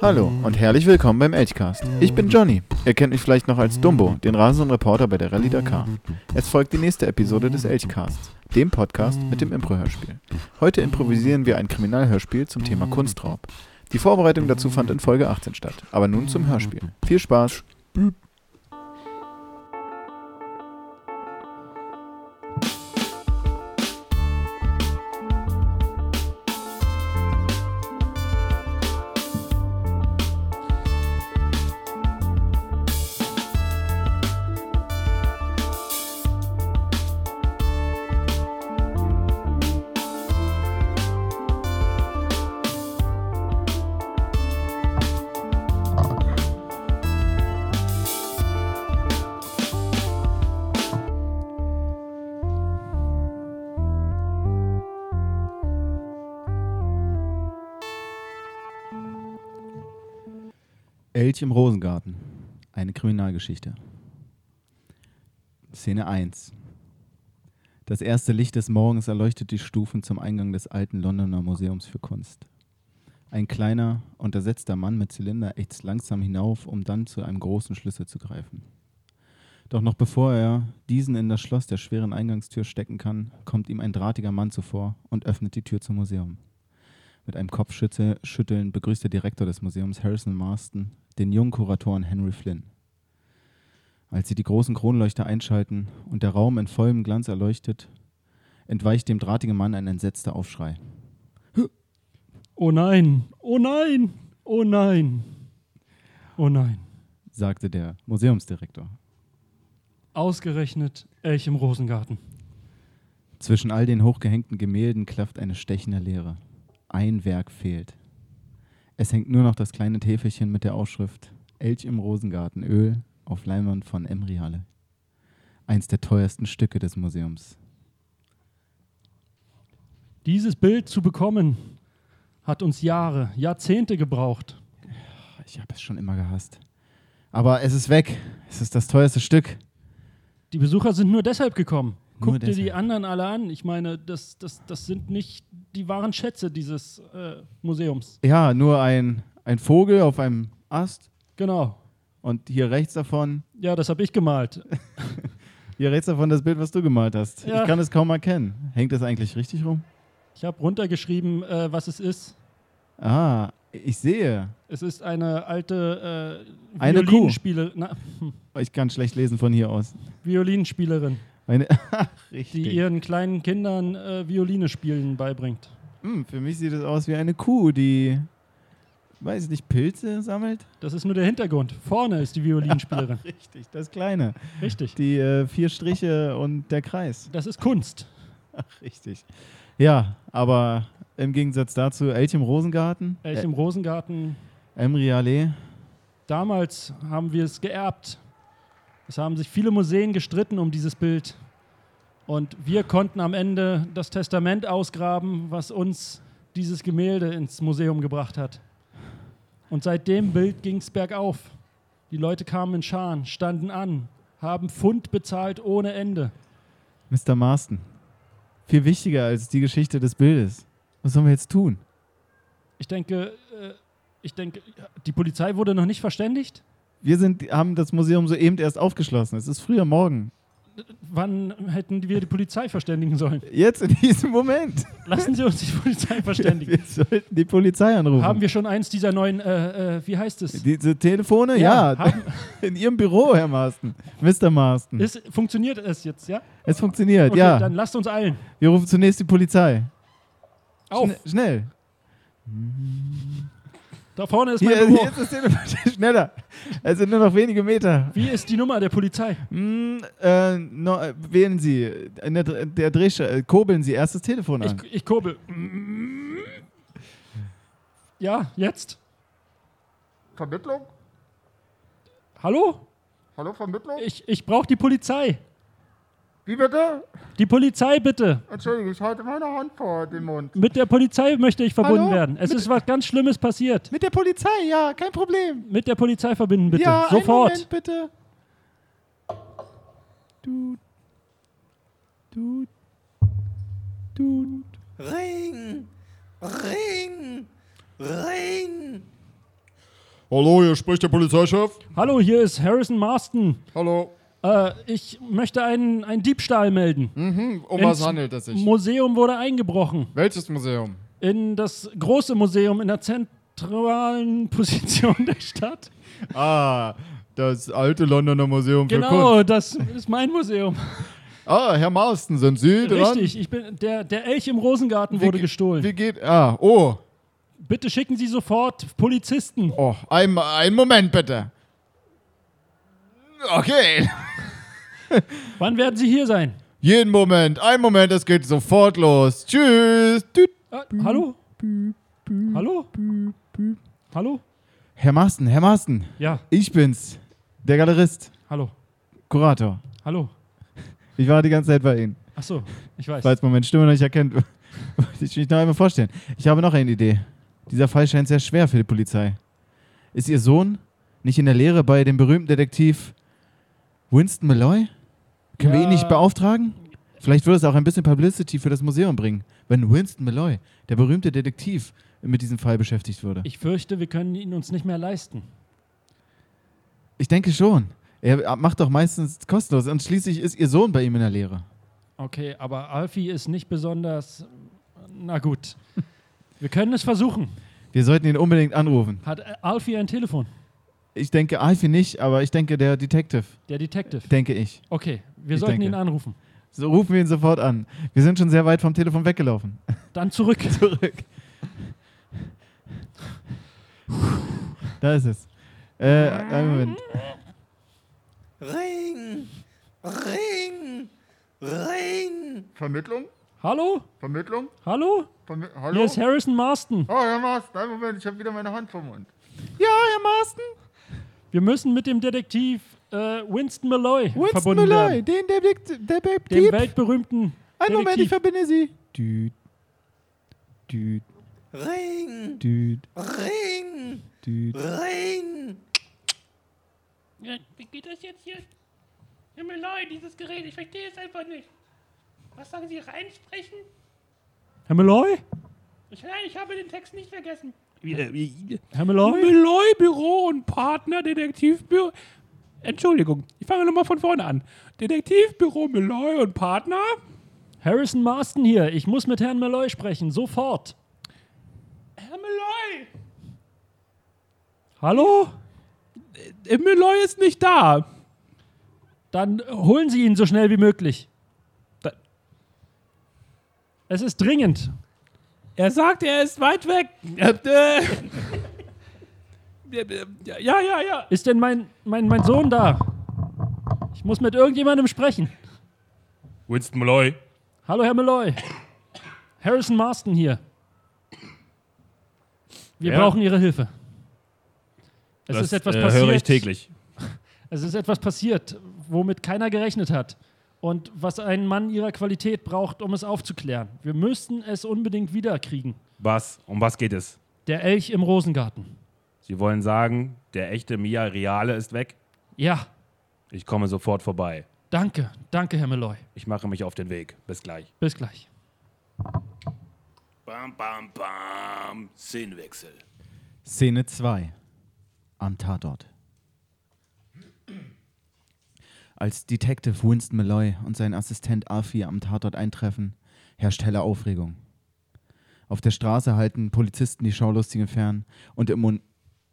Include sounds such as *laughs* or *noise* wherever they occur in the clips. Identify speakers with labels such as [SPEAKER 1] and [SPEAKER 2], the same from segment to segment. [SPEAKER 1] Hallo
[SPEAKER 2] Mhm.
[SPEAKER 1] und herzlich willkommen beim Edgecast. Ich bin Johnny. Ihr kennt mich vielleicht noch als
[SPEAKER 2] Mhm.
[SPEAKER 1] Dumbo, den rasenden Reporter bei der Rallye Dakar. Es folgt die nächste Episode
[SPEAKER 2] Mhm.
[SPEAKER 1] des Elchcasts, dem Podcast mit dem Impro-Hörspiel. Heute improvisieren wir ein Kriminalhörspiel zum
[SPEAKER 2] Mhm.
[SPEAKER 1] Thema Kunstraub. Die Vorbereitung dazu fand in Folge 18 statt. Aber nun zum Hörspiel.
[SPEAKER 2] Mhm.
[SPEAKER 1] Viel Spaß!
[SPEAKER 2] Elch im Rosengarten. Eine Kriminalgeschichte. Szene 1. Das erste Licht des Morgens erleuchtet die Stufen zum Eingang des alten Londoner Museums für Kunst. Ein kleiner, untersetzter Mann mit Zylinder ächzt langsam hinauf, um dann zu einem großen Schlüssel zu greifen. Doch noch bevor er diesen in das Schloss der schweren Eingangstür stecken kann, kommt ihm ein drahtiger Mann zuvor und öffnet die Tür zum Museum. Mit einem Kopfschütteln begrüßt der Direktor des Museums Harrison Marston den jungen Kuratoren Henry Flynn. Als sie die großen Kronleuchter einschalten und der Raum in vollem Glanz erleuchtet, entweicht dem drahtigen Mann ein entsetzter Aufschrei.
[SPEAKER 3] Oh nein, oh nein, oh nein, oh nein.
[SPEAKER 2] sagte der Museumsdirektor.
[SPEAKER 3] Ausgerechnet Elch im Rosengarten.
[SPEAKER 2] Zwischen all den hochgehängten Gemälden klafft eine stechende Leere. Ein Werk fehlt. Es hängt nur noch das kleine Täfelchen mit der Aufschrift Elch im Rosengarten Öl auf Leinwand von Emry Halle. Eins der teuersten Stücke des Museums.
[SPEAKER 3] Dieses Bild zu bekommen, hat uns Jahre, Jahrzehnte gebraucht.
[SPEAKER 2] Ich habe es schon immer gehasst. Aber es ist weg. Es ist das teuerste Stück.
[SPEAKER 3] Die Besucher sind nur deshalb gekommen.
[SPEAKER 2] Nur
[SPEAKER 3] Guck dir die
[SPEAKER 2] deshalb.
[SPEAKER 3] anderen alle an. Ich meine, das, das, das sind nicht die wahren Schätze dieses äh, Museums.
[SPEAKER 2] Ja, nur ein, ein Vogel auf einem Ast
[SPEAKER 3] Genau.
[SPEAKER 2] und hier rechts davon,
[SPEAKER 3] Ja, das habe ich gemalt.
[SPEAKER 2] hier rechts davon das Bild, was du gemalt hast.
[SPEAKER 3] Ja.
[SPEAKER 2] Ich kann es kaum erkennen. Hängt das eigentlich richtig rum?
[SPEAKER 3] Ich habe runtergeschrieben, äh, was es ist.
[SPEAKER 2] Ah, ich sehe.
[SPEAKER 3] Es ist eine alte äh,
[SPEAKER 2] Eine Kuh.
[SPEAKER 3] Violinspiele na,
[SPEAKER 2] Ich kann schlecht lesen von hier aus.
[SPEAKER 3] Violinspielerin,
[SPEAKER 2] Meine *laughs*
[SPEAKER 3] die
[SPEAKER 2] richtig.
[SPEAKER 3] ihren kleinen Kindern äh, Violine spielen beibringt.
[SPEAKER 2] Hm, für mich sieht es aus wie eine Kuh, die, weiß ich nicht, Pilze sammelt.
[SPEAKER 3] Das ist nur der Hintergrund. Vorne ist die Violinspielerin.
[SPEAKER 2] Richtig, das Kleine.
[SPEAKER 3] Richtig.
[SPEAKER 2] Die äh, vier Striche und der Kreis.
[SPEAKER 3] Das ist Kunst.
[SPEAKER 2] Richtig. Ja, aber im Gegensatz dazu, Elch im Rosengarten,
[SPEAKER 3] Elch Äh, im Rosengarten.
[SPEAKER 2] äh, Emry Allee,
[SPEAKER 3] Damals haben wir es geerbt. Es haben sich viele Museen gestritten um dieses Bild. Und wir konnten am Ende das Testament ausgraben, was uns dieses Gemälde ins Museum gebracht hat. Und seit dem Bild ging es bergauf. Die Leute kamen in Scharen, standen an, haben Pfund bezahlt ohne Ende.
[SPEAKER 2] Mr. Marston. Viel wichtiger als die Geschichte des Bildes. Was sollen wir jetzt tun?
[SPEAKER 3] Ich denke, äh, ich denke, die Polizei wurde noch nicht verständigt.
[SPEAKER 2] Wir sind, haben das Museum soeben erst aufgeschlossen. Es ist früher Morgen.
[SPEAKER 3] Wann hätten wir die Polizei verständigen sollen?
[SPEAKER 2] Jetzt in diesem Moment.
[SPEAKER 3] Lassen Sie uns die Polizei
[SPEAKER 2] *laughs*
[SPEAKER 3] verständigen.
[SPEAKER 2] Wir sollten die Polizei anrufen.
[SPEAKER 3] Haben wir schon eins dieser neuen, äh, äh, wie heißt es?
[SPEAKER 2] Diese Telefone? Ja.
[SPEAKER 3] Ja, haben-
[SPEAKER 2] *laughs* in Ihrem Büro, Herr Marston. Mr. Marston.
[SPEAKER 3] Ist, funktioniert es jetzt, ja?
[SPEAKER 2] es funktioniert,
[SPEAKER 3] Okay,
[SPEAKER 2] ja.
[SPEAKER 3] dann lasst uns allen.
[SPEAKER 2] Wir rufen zunächst die Polizei.
[SPEAKER 3] Auf,
[SPEAKER 2] Schne- schnell.
[SPEAKER 3] da vorne ist mein
[SPEAKER 2] Hier,
[SPEAKER 3] Büro.
[SPEAKER 2] hier ist das Telefon. *laughs* Schneller. Es sind nur noch wenige Meter.
[SPEAKER 3] Wie ist die Nummer der Polizei?
[SPEAKER 2] Hm, äh, no, äh, wählen Sie. In der, Dre- der Drehsche äh, kurbeln Sie erst das Telefon an.
[SPEAKER 3] Ich, ich kurbel. Mm. Ja, jetzt?
[SPEAKER 4] Vermittlung?
[SPEAKER 3] Hallo?
[SPEAKER 4] Hallo Vermittlung?
[SPEAKER 3] Ich, ich brauche die Polizei.
[SPEAKER 4] Wie bitte?
[SPEAKER 3] Die Polizei bitte.
[SPEAKER 4] Entschuldige, ich halte meine Hand vor den Mund.
[SPEAKER 3] Mit der Polizei möchte ich verbunden
[SPEAKER 2] Hallo?
[SPEAKER 3] werden. Es ist was ganz Schlimmes passiert.
[SPEAKER 2] Mit der Polizei, ja, kein Problem.
[SPEAKER 3] Mit der Polizei verbinden bitte.
[SPEAKER 2] Ja, einen
[SPEAKER 3] Sofort.
[SPEAKER 2] Moment, bitte. Du. Du. Du.
[SPEAKER 5] Ring! Ring! Ring! Hallo, hier spricht der Polizeichef.
[SPEAKER 3] Hallo, hier ist Harrison Marston.
[SPEAKER 5] Hallo.
[SPEAKER 3] Äh, ich möchte einen, einen Diebstahl melden.
[SPEAKER 5] Mhm, um
[SPEAKER 3] Ins
[SPEAKER 5] was handelt es
[SPEAKER 4] Hm?
[SPEAKER 5] sich?
[SPEAKER 3] Museum wurde eingebrochen.
[SPEAKER 5] Welches Museum?
[SPEAKER 3] In das große Museum in der zentralen *laughs* Position der Stadt.
[SPEAKER 5] Ah, das alte Londoner Museum für Kunst.
[SPEAKER 3] Genau, das ist mein Museum.
[SPEAKER 5] Ah, Herr Marston, sind Sie *laughs* dran?
[SPEAKER 3] Richtig, ich bin, der, der Elch im Rosengarten wurde
[SPEAKER 5] ge-
[SPEAKER 3] gestohlen.
[SPEAKER 5] Wie geht. Ah, oh.
[SPEAKER 3] Bitte schicken Sie sofort Polizisten.
[SPEAKER 5] Oh, ein, ein Moment bitte. Okay.
[SPEAKER 3] Wann werden Sie hier sein?
[SPEAKER 5] Jeden Moment, ein Moment, es geht sofort los. Tschüss. Tüt.
[SPEAKER 3] Äh, hallo? Hallo? Hallo?
[SPEAKER 2] Herr Marsten, Herr Marsten,
[SPEAKER 3] Ja,
[SPEAKER 2] ich bin's. Der Galerist,
[SPEAKER 3] hallo.
[SPEAKER 2] Kurator.
[SPEAKER 3] Hallo.
[SPEAKER 2] Ich war die ganze Zeit bei Ihnen.
[SPEAKER 3] Achso, ich weiß.
[SPEAKER 2] Falls man meine Stimme noch nicht erkennt, *laughs* wollte ich mich noch einmal vorstellen. Ich habe noch eine Idee. Dieser Fall scheint sehr schwer für die Polizei. Ist Ihr Sohn nicht in der Lehre bei dem berühmten Detektiv Winston Malloy? Können wir ihn
[SPEAKER 3] Ja.
[SPEAKER 2] nicht beauftragen? Vielleicht würde es auch ein bisschen Publicity für das Museum bringen, wenn Winston Malloy, der berühmte Detektiv, mit diesem Fall beschäftigt würde.
[SPEAKER 3] Ich fürchte, wir können ihn uns nicht mehr leisten.
[SPEAKER 2] Ich denke schon. Er macht doch meistens kostenlos und schließlich ist ihr Sohn bei ihm in der Lehre.
[SPEAKER 3] Okay, aber Alfie ist nicht besonders. Na
[SPEAKER 5] *laughs*
[SPEAKER 3] gut. Wir können es versuchen.
[SPEAKER 2] Wir sollten ihn unbedingt anrufen.
[SPEAKER 3] Hat äh, Alfie ein Telefon?
[SPEAKER 2] Ich denke Alfie nicht, aber ich denke der Detective,
[SPEAKER 3] Der Detective.
[SPEAKER 2] denke ich.
[SPEAKER 3] Okay, wir
[SPEAKER 2] Ich
[SPEAKER 3] sollten
[SPEAKER 2] denke.
[SPEAKER 3] ihn anrufen.
[SPEAKER 2] So rufen wir ihn sofort an. Wir sind schon sehr weit vom Telefon weggelaufen. *laughs*
[SPEAKER 3] Dann zurück.
[SPEAKER 2] Zurück. da ist es. Äh, einen Moment.
[SPEAKER 6] Ring, Ring, Ring.
[SPEAKER 4] Vermittlung?
[SPEAKER 3] Hallo?
[SPEAKER 4] Vermittlung?
[SPEAKER 3] Hallo?
[SPEAKER 4] Vermi
[SPEAKER 3] Hier
[SPEAKER 4] Hallo?
[SPEAKER 3] ist Harrison Marston.
[SPEAKER 4] Oh, Herr Maas, einen Moment, ich habe wieder meine Hand vom Mund.
[SPEAKER 2] Ja, Herr Marston.
[SPEAKER 3] Wir müssen mit dem Detektiv äh, Winston Malloy
[SPEAKER 2] Winston
[SPEAKER 3] verbunden
[SPEAKER 2] Malloy,
[SPEAKER 3] werden.
[SPEAKER 2] den Detektiv. Der
[SPEAKER 3] Dem
[SPEAKER 2] Detektiv.
[SPEAKER 3] weltberühmten
[SPEAKER 2] Einen Moment, ich
[SPEAKER 3] Detektiv.
[SPEAKER 2] verbinde sie. Düt. Düt.
[SPEAKER 6] Ring,
[SPEAKER 2] Düt.
[SPEAKER 6] Ring,
[SPEAKER 2] Düt.
[SPEAKER 6] Ring.
[SPEAKER 7] Ja, wie geht das jetzt hier? Himmel, neu, dieses Gerät, ich verstehe es einfach nicht. Was sagen Sie, reinsprechen?
[SPEAKER 3] Herr Malloy?
[SPEAKER 7] Ich, nein, ich habe den Text nicht vergessen.
[SPEAKER 3] Herr Malloy?
[SPEAKER 7] Meloy Büro und Partner Detektivbüro. Entschuldigung, ich fange nochmal von vorne an. Detektivbüro Meloy und Partner?
[SPEAKER 3] Harrison Marston hier. Ich muss mit Herrn Malloy sprechen. Sofort.
[SPEAKER 7] Herr Meloy!
[SPEAKER 3] Hallo?
[SPEAKER 7] Äh, Meloy ist nicht da.
[SPEAKER 3] Dann äh, holen Sie ihn so schnell wie möglich.
[SPEAKER 7] Da-
[SPEAKER 3] Es ist dringend.
[SPEAKER 7] Er sagt, er ist weit weg. Äh, äh, *laughs* ja, ja, ja.
[SPEAKER 3] Ist denn mein, mein, mein Sohn da? Ich muss mit irgendjemandem sprechen.
[SPEAKER 7] Winston Meloy.
[SPEAKER 3] Hallo, Herr Malloy. Harrison Marston hier. Wir
[SPEAKER 7] Ja. äh,
[SPEAKER 3] brauchen Ihre Hilfe. Es ist
[SPEAKER 8] äh,
[SPEAKER 3] etwas passiert. Es ist etwas passiert, womit keiner gerechnet hat. Und was ein Mann Ihrer Qualität braucht, um es aufzuklären. Wir müssten es unbedingt wiederkriegen.
[SPEAKER 8] Was? Um was geht es?
[SPEAKER 3] Der Elch im Rosengarten.
[SPEAKER 8] Sie wollen sagen, der echte Mia Reale ist weg?
[SPEAKER 3] Ja,
[SPEAKER 8] Ich komme sofort vorbei.
[SPEAKER 3] danke. Danke, Herr Malloy.
[SPEAKER 8] Ich mache mich auf den Weg. Bis gleich.
[SPEAKER 3] Bis gleich.
[SPEAKER 8] Bam, bam, bam. Szenenwechsel.
[SPEAKER 2] Szene 2. Am Tatort. Als Detective Winston Malloy und sein Assistent Alfie am Tatort eintreffen, herrscht helle Aufregung. Auf der Straße halten Polizisten die Schaulustigen fern und im, Mu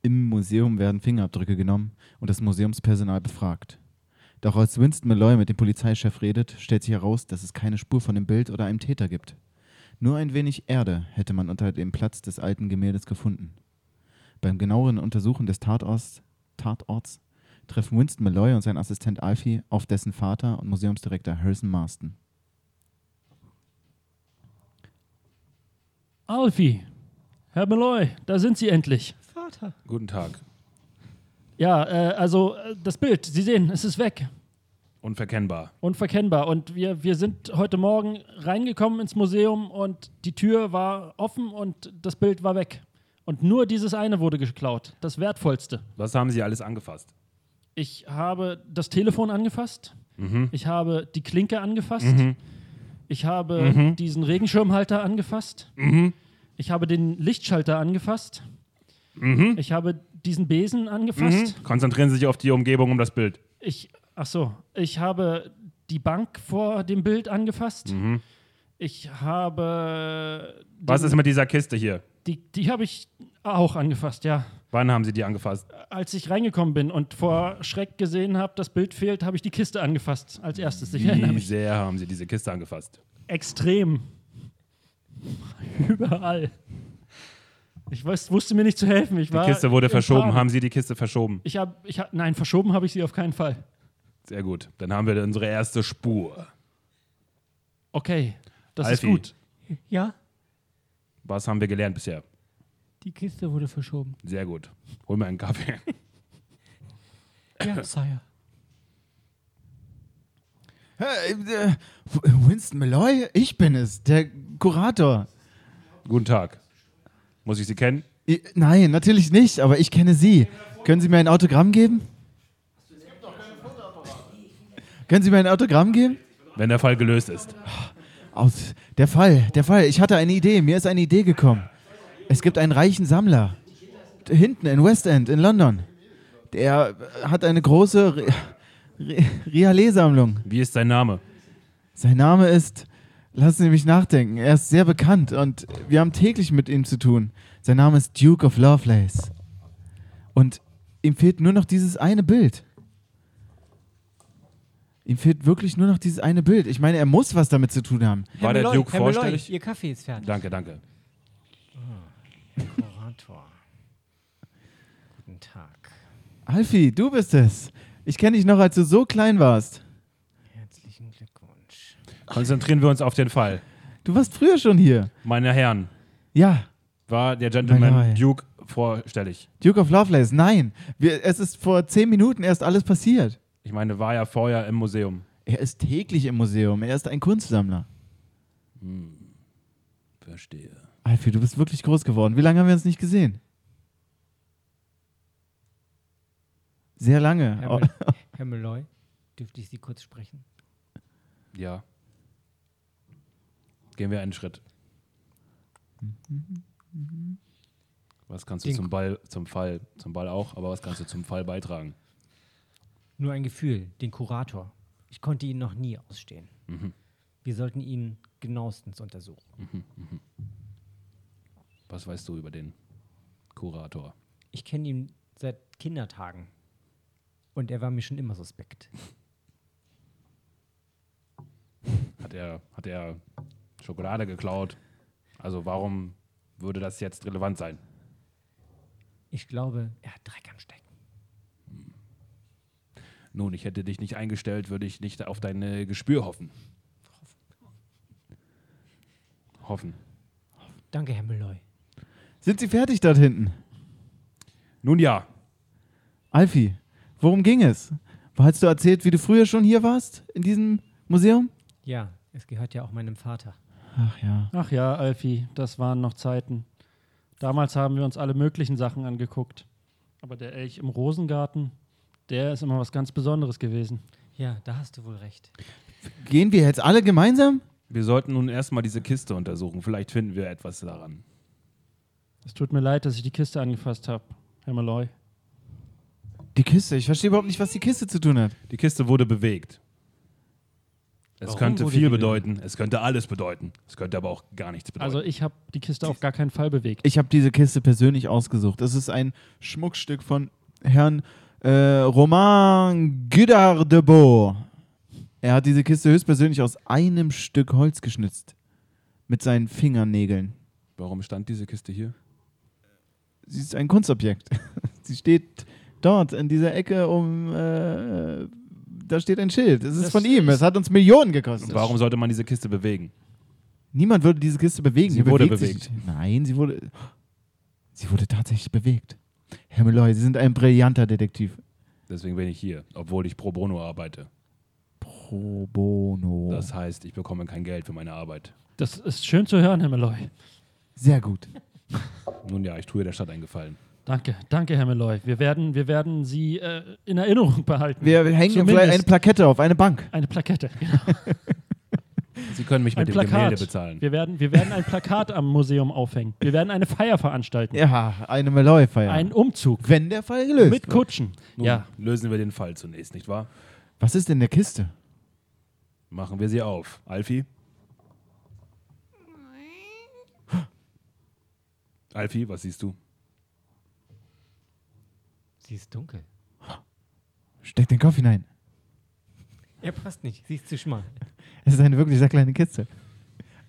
[SPEAKER 2] im Museum werden Fingerabdrücke genommen und das Museumspersonal befragt. Doch als Winston Malloy mit dem Polizeichef redet, stellt sich heraus, dass es keine Spur von dem Bild oder einem Täter gibt. Nur ein wenig Erde hätte man unter dem Platz des alten Gemäldes gefunden. Beim genaueren Untersuchen des Tatorts, Tatorts treffen Winston Malloy und sein Assistent Alfie auf dessen Vater und Museumsdirektor Harrison Marston.
[SPEAKER 3] Alfie, Herr Malloy, da sind Sie endlich.
[SPEAKER 8] Guten Tag.
[SPEAKER 3] Ja, äh, also äh, das Bild, Sie sehen, es ist weg.
[SPEAKER 8] Unverkennbar.
[SPEAKER 3] Unverkennbar. Und wir, wir sind heute Morgen reingekommen ins Museum und die Tür war offen und das Bild war weg. Und nur dieses eine wurde geklaut, das wertvollste.
[SPEAKER 8] Was haben Sie alles angefasst?
[SPEAKER 3] Ich habe das Telefon angefasst. Ich habe die Klinke angefasst. Ich habe diesen Regenschirmhalter angefasst. Ich habe den Lichtschalter angefasst. Ich habe diesen Besen angefasst?
[SPEAKER 8] Mhm. Konzentrieren Sie sich auf die Umgebung um das Bild.
[SPEAKER 3] Ich, ach so, ich habe die Bank vor dem Bild angefasst.
[SPEAKER 8] Mhm.
[SPEAKER 3] Ich habe.
[SPEAKER 8] Was
[SPEAKER 3] den-
[SPEAKER 8] ist mit dieser Kiste hier?
[SPEAKER 3] Die, die habe ich auch angefasst, ja.
[SPEAKER 8] Wann haben Sie die angefasst?
[SPEAKER 3] Als ich reingekommen bin und vor Schreck gesehen habe, das Bild fehlt, habe ich die Kiste angefasst. Als erstes. Ich erinnere
[SPEAKER 8] Wie
[SPEAKER 3] mich.
[SPEAKER 8] sehr haben Sie diese Kiste angefasst?
[SPEAKER 3] Extrem. Überall. Ich weiß, wusste mir nicht zu helfen. Ah, Ich
[SPEAKER 8] Die
[SPEAKER 3] war
[SPEAKER 8] Kiste wurde
[SPEAKER 3] in
[SPEAKER 8] verschoben.
[SPEAKER 3] Panik.
[SPEAKER 8] Haben Sie die Kiste verschoben?
[SPEAKER 3] Ich habe, ich hab, nein, verschoben habe ich sie auf keinen Fall.
[SPEAKER 8] Sehr gut. Dann haben wir unsere erste Spur.
[SPEAKER 3] Okay, das
[SPEAKER 8] Alfie,
[SPEAKER 3] ist gut.
[SPEAKER 9] Ja,
[SPEAKER 8] was haben wir gelernt bisher?
[SPEAKER 9] die Kiste wurde verschoben.
[SPEAKER 8] Sehr gut. Hol mir einen Kaffee. *laughs*
[SPEAKER 9] Ja, Sire.
[SPEAKER 2] Hey, äh, Winston Malloy? Ich bin es, der Kurator.
[SPEAKER 8] Guten Tag. Muss ich Sie kennen?
[SPEAKER 2] I- Nein, natürlich nicht, aber ich kenne Sie. Können Sie mir ein Autogramm geben? Können Sie mir ein Autogramm geben?
[SPEAKER 8] Wenn der Fall gelöst ist.
[SPEAKER 2] Aus der Fall, der Fall. Ich hatte eine Idee, mir ist eine Idee gekommen. Es gibt einen reichen Sammler. D- Hinten in West End, in London. Der äh, hat eine große Re- Re- Rialet-Sammlung.
[SPEAKER 8] Wie ist sein Name?
[SPEAKER 2] Sein Name ist, lassen Sie mich nachdenken, er ist sehr bekannt und wir haben täglich mit ihm zu tun. Sein Name ist Duke of Lovelace. Und ihm fehlt nur noch dieses eine Bild. Ihm fehlt wirklich nur noch dieses eine Bild. Ich meine, er muss was damit zu tun haben.
[SPEAKER 8] War der Duke
[SPEAKER 9] Herr Malloy,
[SPEAKER 8] vorstellig?
[SPEAKER 9] Ihr Kaffee ist fertig.
[SPEAKER 8] Danke, danke.
[SPEAKER 6] Kurator. Guten Tag.
[SPEAKER 2] Alfie, du bist es. Ich kenne dich noch, als du so klein warst.
[SPEAKER 6] Herzlichen Glückwunsch.
[SPEAKER 8] Konzentrieren wir uns auf den Fall.
[SPEAKER 2] Du warst früher schon hier.
[SPEAKER 8] Meine Herren,
[SPEAKER 2] Ja,
[SPEAKER 8] war der
[SPEAKER 2] Meine
[SPEAKER 8] Gentleman
[SPEAKER 2] Herren.
[SPEAKER 8] Duke vorstellig?
[SPEAKER 2] Duke of Lovelace. Nein, wir, es ist vor zehn Minuten erst alles passiert.
[SPEAKER 8] Ich meine, war ja vorher im Museum.
[SPEAKER 2] Er ist täglich im Museum. Er ist ein Kunstsammler.
[SPEAKER 8] Verstehe.
[SPEAKER 2] Alfie, du bist wirklich groß geworden. Wie lange haben wir uns nicht gesehen? Sehr lange.
[SPEAKER 9] Herr,
[SPEAKER 2] Oh,
[SPEAKER 9] Mal- Herr Malloy, dürfte ich Sie kurz sprechen?
[SPEAKER 8] Ja. Gehen wir einen Schritt. Was kannst du
[SPEAKER 9] Den-
[SPEAKER 8] zum Ball, zum Fall, zum Ball auch, aber was kannst du zum Fall beitragen?
[SPEAKER 9] Nur ein Gefühl, den Kurator. Ich konnte ihn noch nie ausstehen. Wir sollten ihn genauestens untersuchen.
[SPEAKER 8] Was weißt du über den Kurator?
[SPEAKER 9] Ich kenne ihn seit Kindertagen. Und er war mir schon immer suspekt.
[SPEAKER 8] Hat er, hat er Schokolade geklaut? Also warum würde das jetzt relevant sein?
[SPEAKER 9] Ich glaube, er hat Dreck am Stecken.
[SPEAKER 8] Nun, ich hätte dich nicht eingestellt, würde ich nicht auf dein äh, Gespür hoffen. Hoffen.
[SPEAKER 9] Danke, Herr Malloy.
[SPEAKER 2] *laughs* sind Sie fertig dort hinten?
[SPEAKER 8] Nun ja,
[SPEAKER 2] Alfie, worum ging es? Hast du erzählt, wie du früher schon hier warst? In diesem Museum?
[SPEAKER 9] Ja, es gehört ja auch meinem Vater.
[SPEAKER 2] Ach ja.
[SPEAKER 3] Ach ja, Alfie, das waren noch Zeiten. Damals haben wir uns alle möglichen Sachen angeguckt. Aber der Elch im Rosengarten, der ist immer was ganz Besonderes gewesen.
[SPEAKER 9] Ja, da hast du wohl recht.
[SPEAKER 2] Gehen wir jetzt alle gemeinsam?
[SPEAKER 8] wir sollten nun erstmal diese Kiste untersuchen. Vielleicht finden wir etwas daran.
[SPEAKER 3] Es tut mir leid, dass ich die Kiste angefasst habe, Herr Malloy.
[SPEAKER 2] Die Kiste. Ich verstehe überhaupt nicht, was die Kiste zu tun hat.
[SPEAKER 8] Die Kiste wurde bewegt. Es
[SPEAKER 9] Warum
[SPEAKER 8] könnte
[SPEAKER 9] wurde
[SPEAKER 8] viel
[SPEAKER 9] die
[SPEAKER 8] bedeuten, es könnte alles bedeuten, es könnte aber auch gar nichts bedeuten.
[SPEAKER 3] Also ich habe die Kiste auf gar keinen Fall bewegt.
[SPEAKER 2] Ich habe diese Kiste persönlich ausgesucht. Es ist ein Schmuckstück von Herrn äh, Romain Guidardebo. Er hat diese Kiste höchstpersönlich aus einem Stück Holz geschnitzt. Mit seinen Fingernägeln.
[SPEAKER 8] warum stand diese Kiste hier?
[SPEAKER 2] Sie ist ein Kunstobjekt. *laughs* Sie steht dort in dieser Ecke um. Äh, da steht ein Schild. Es ist
[SPEAKER 3] Das
[SPEAKER 2] von ihm.
[SPEAKER 3] ist-
[SPEAKER 2] Es hat uns Millionen gekostet.
[SPEAKER 8] Warum sollte man diese Kiste bewegen?
[SPEAKER 2] Niemand würde diese Kiste bewegen.
[SPEAKER 8] Sie wurde
[SPEAKER 2] bewegt. sich- Nein, sie wurde. Sie wurde tatsächlich bewegt. Herr Malloy, Sie sind ein brillanter Detektiv.
[SPEAKER 8] Deswegen bin ich hier, obwohl ich pro bono arbeite.
[SPEAKER 2] Pro bono.
[SPEAKER 8] Das heißt, ich bekomme kein Geld für meine Arbeit.
[SPEAKER 3] Das ist schön zu hören, Herr Malloy.
[SPEAKER 2] Sehr gut.
[SPEAKER 8] Nun ja, ich tue der Stadt einen Gefallen.
[SPEAKER 3] Danke, danke, Herr Malloy. Wir werden, wir werden Sie äh, in Erinnerung behalten.
[SPEAKER 2] Wir hängen
[SPEAKER 3] Zumindest-
[SPEAKER 2] vielleicht eine Plakette auf eine Bank.
[SPEAKER 3] Eine Plakette. Genau.
[SPEAKER 8] Das Sie können mich
[SPEAKER 3] Ein
[SPEAKER 8] mit dem
[SPEAKER 3] Plakat.
[SPEAKER 8] Gemälde bezahlen.
[SPEAKER 3] Wir werden, wir werden ein Plakat am Museum aufhängen. Wir werden eine Feier veranstalten.
[SPEAKER 2] Ja, eine Malloy-Feier.
[SPEAKER 3] Einen Umzug.
[SPEAKER 2] Wenn der Fall gelöst
[SPEAKER 3] Mit
[SPEAKER 2] wird.
[SPEAKER 3] Kutschen.
[SPEAKER 8] Nun
[SPEAKER 3] ja.
[SPEAKER 8] lösen wir den Fall zunächst, nicht wahr?
[SPEAKER 2] Was ist in der Kiste?
[SPEAKER 8] Machen wir sie auf. Alfie? Alfie, was siehst du?
[SPEAKER 9] Sie ist dunkel.
[SPEAKER 2] Steck den Kopf hinein.
[SPEAKER 9] Er passt nicht. Sie ist zu schmal.
[SPEAKER 2] Es ist eine wirklich sehr kleine Kiste.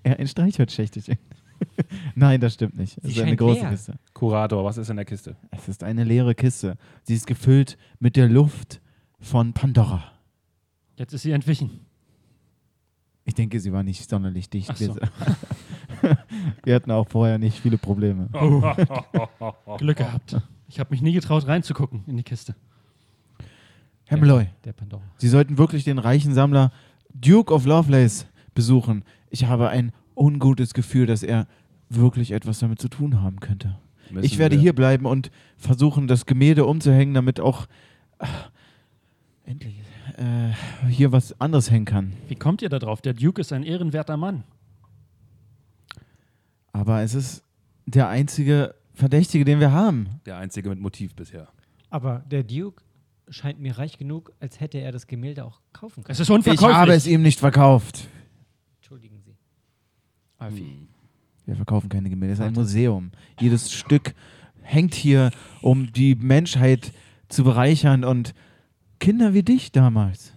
[SPEAKER 2] Ja, ein Streichholzschächtelchen. *laughs* Nein, das stimmt nicht. Es
[SPEAKER 9] Sie
[SPEAKER 2] ist eine
[SPEAKER 9] scheint
[SPEAKER 2] große
[SPEAKER 9] leer.
[SPEAKER 2] Kiste.
[SPEAKER 8] Kurator, was ist in der Kiste?
[SPEAKER 2] Es ist eine leere Kiste. Sie ist gefüllt mit der Luft von Pandora.
[SPEAKER 3] Jetzt ist sie entwichen.
[SPEAKER 2] Ich denke, sie war nicht sonderlich dicht.
[SPEAKER 3] Ach so.
[SPEAKER 2] Wir, *laughs* wir hatten auch vorher nicht viele Probleme.
[SPEAKER 3] Glück gehabt. Ich habe mich nie getraut, reinzugucken in die Kiste.
[SPEAKER 2] Herr Malloy,
[SPEAKER 9] Der Pandora.
[SPEAKER 2] Sie sollten wirklich den reichen Sammler Duke of Lovelace besuchen. Ich habe ein ungutes Gefühl, dass er wirklich etwas damit zu tun haben könnte.
[SPEAKER 8] Müssen
[SPEAKER 2] Ich werde
[SPEAKER 8] wir-
[SPEAKER 2] hier bleiben und versuchen, das Gemälde umzuhängen, damit auch ah, endlich äh, hier was anderes hängen kann.
[SPEAKER 3] Wie kommt ihr da drauf? Der Duke ist ein ehrenwerter Mann.
[SPEAKER 2] Aber es ist der einzige Verdächtige, den wir haben.
[SPEAKER 8] Der einzige mit Motiv bisher.
[SPEAKER 9] Aber der Duke scheint mir reich genug, als hätte er das Gemälde auch kaufen können.
[SPEAKER 3] Es ist
[SPEAKER 2] Ich
[SPEAKER 3] unverkäuflich.
[SPEAKER 2] habe es ihm nicht verkauft.
[SPEAKER 9] Entschuldigen Sie.
[SPEAKER 2] Wir verkaufen keine Gemälde, es ist ein Museum. Jedes Stück hängt hier, um die Menschheit zu bereichern und Kinder wie dich damals.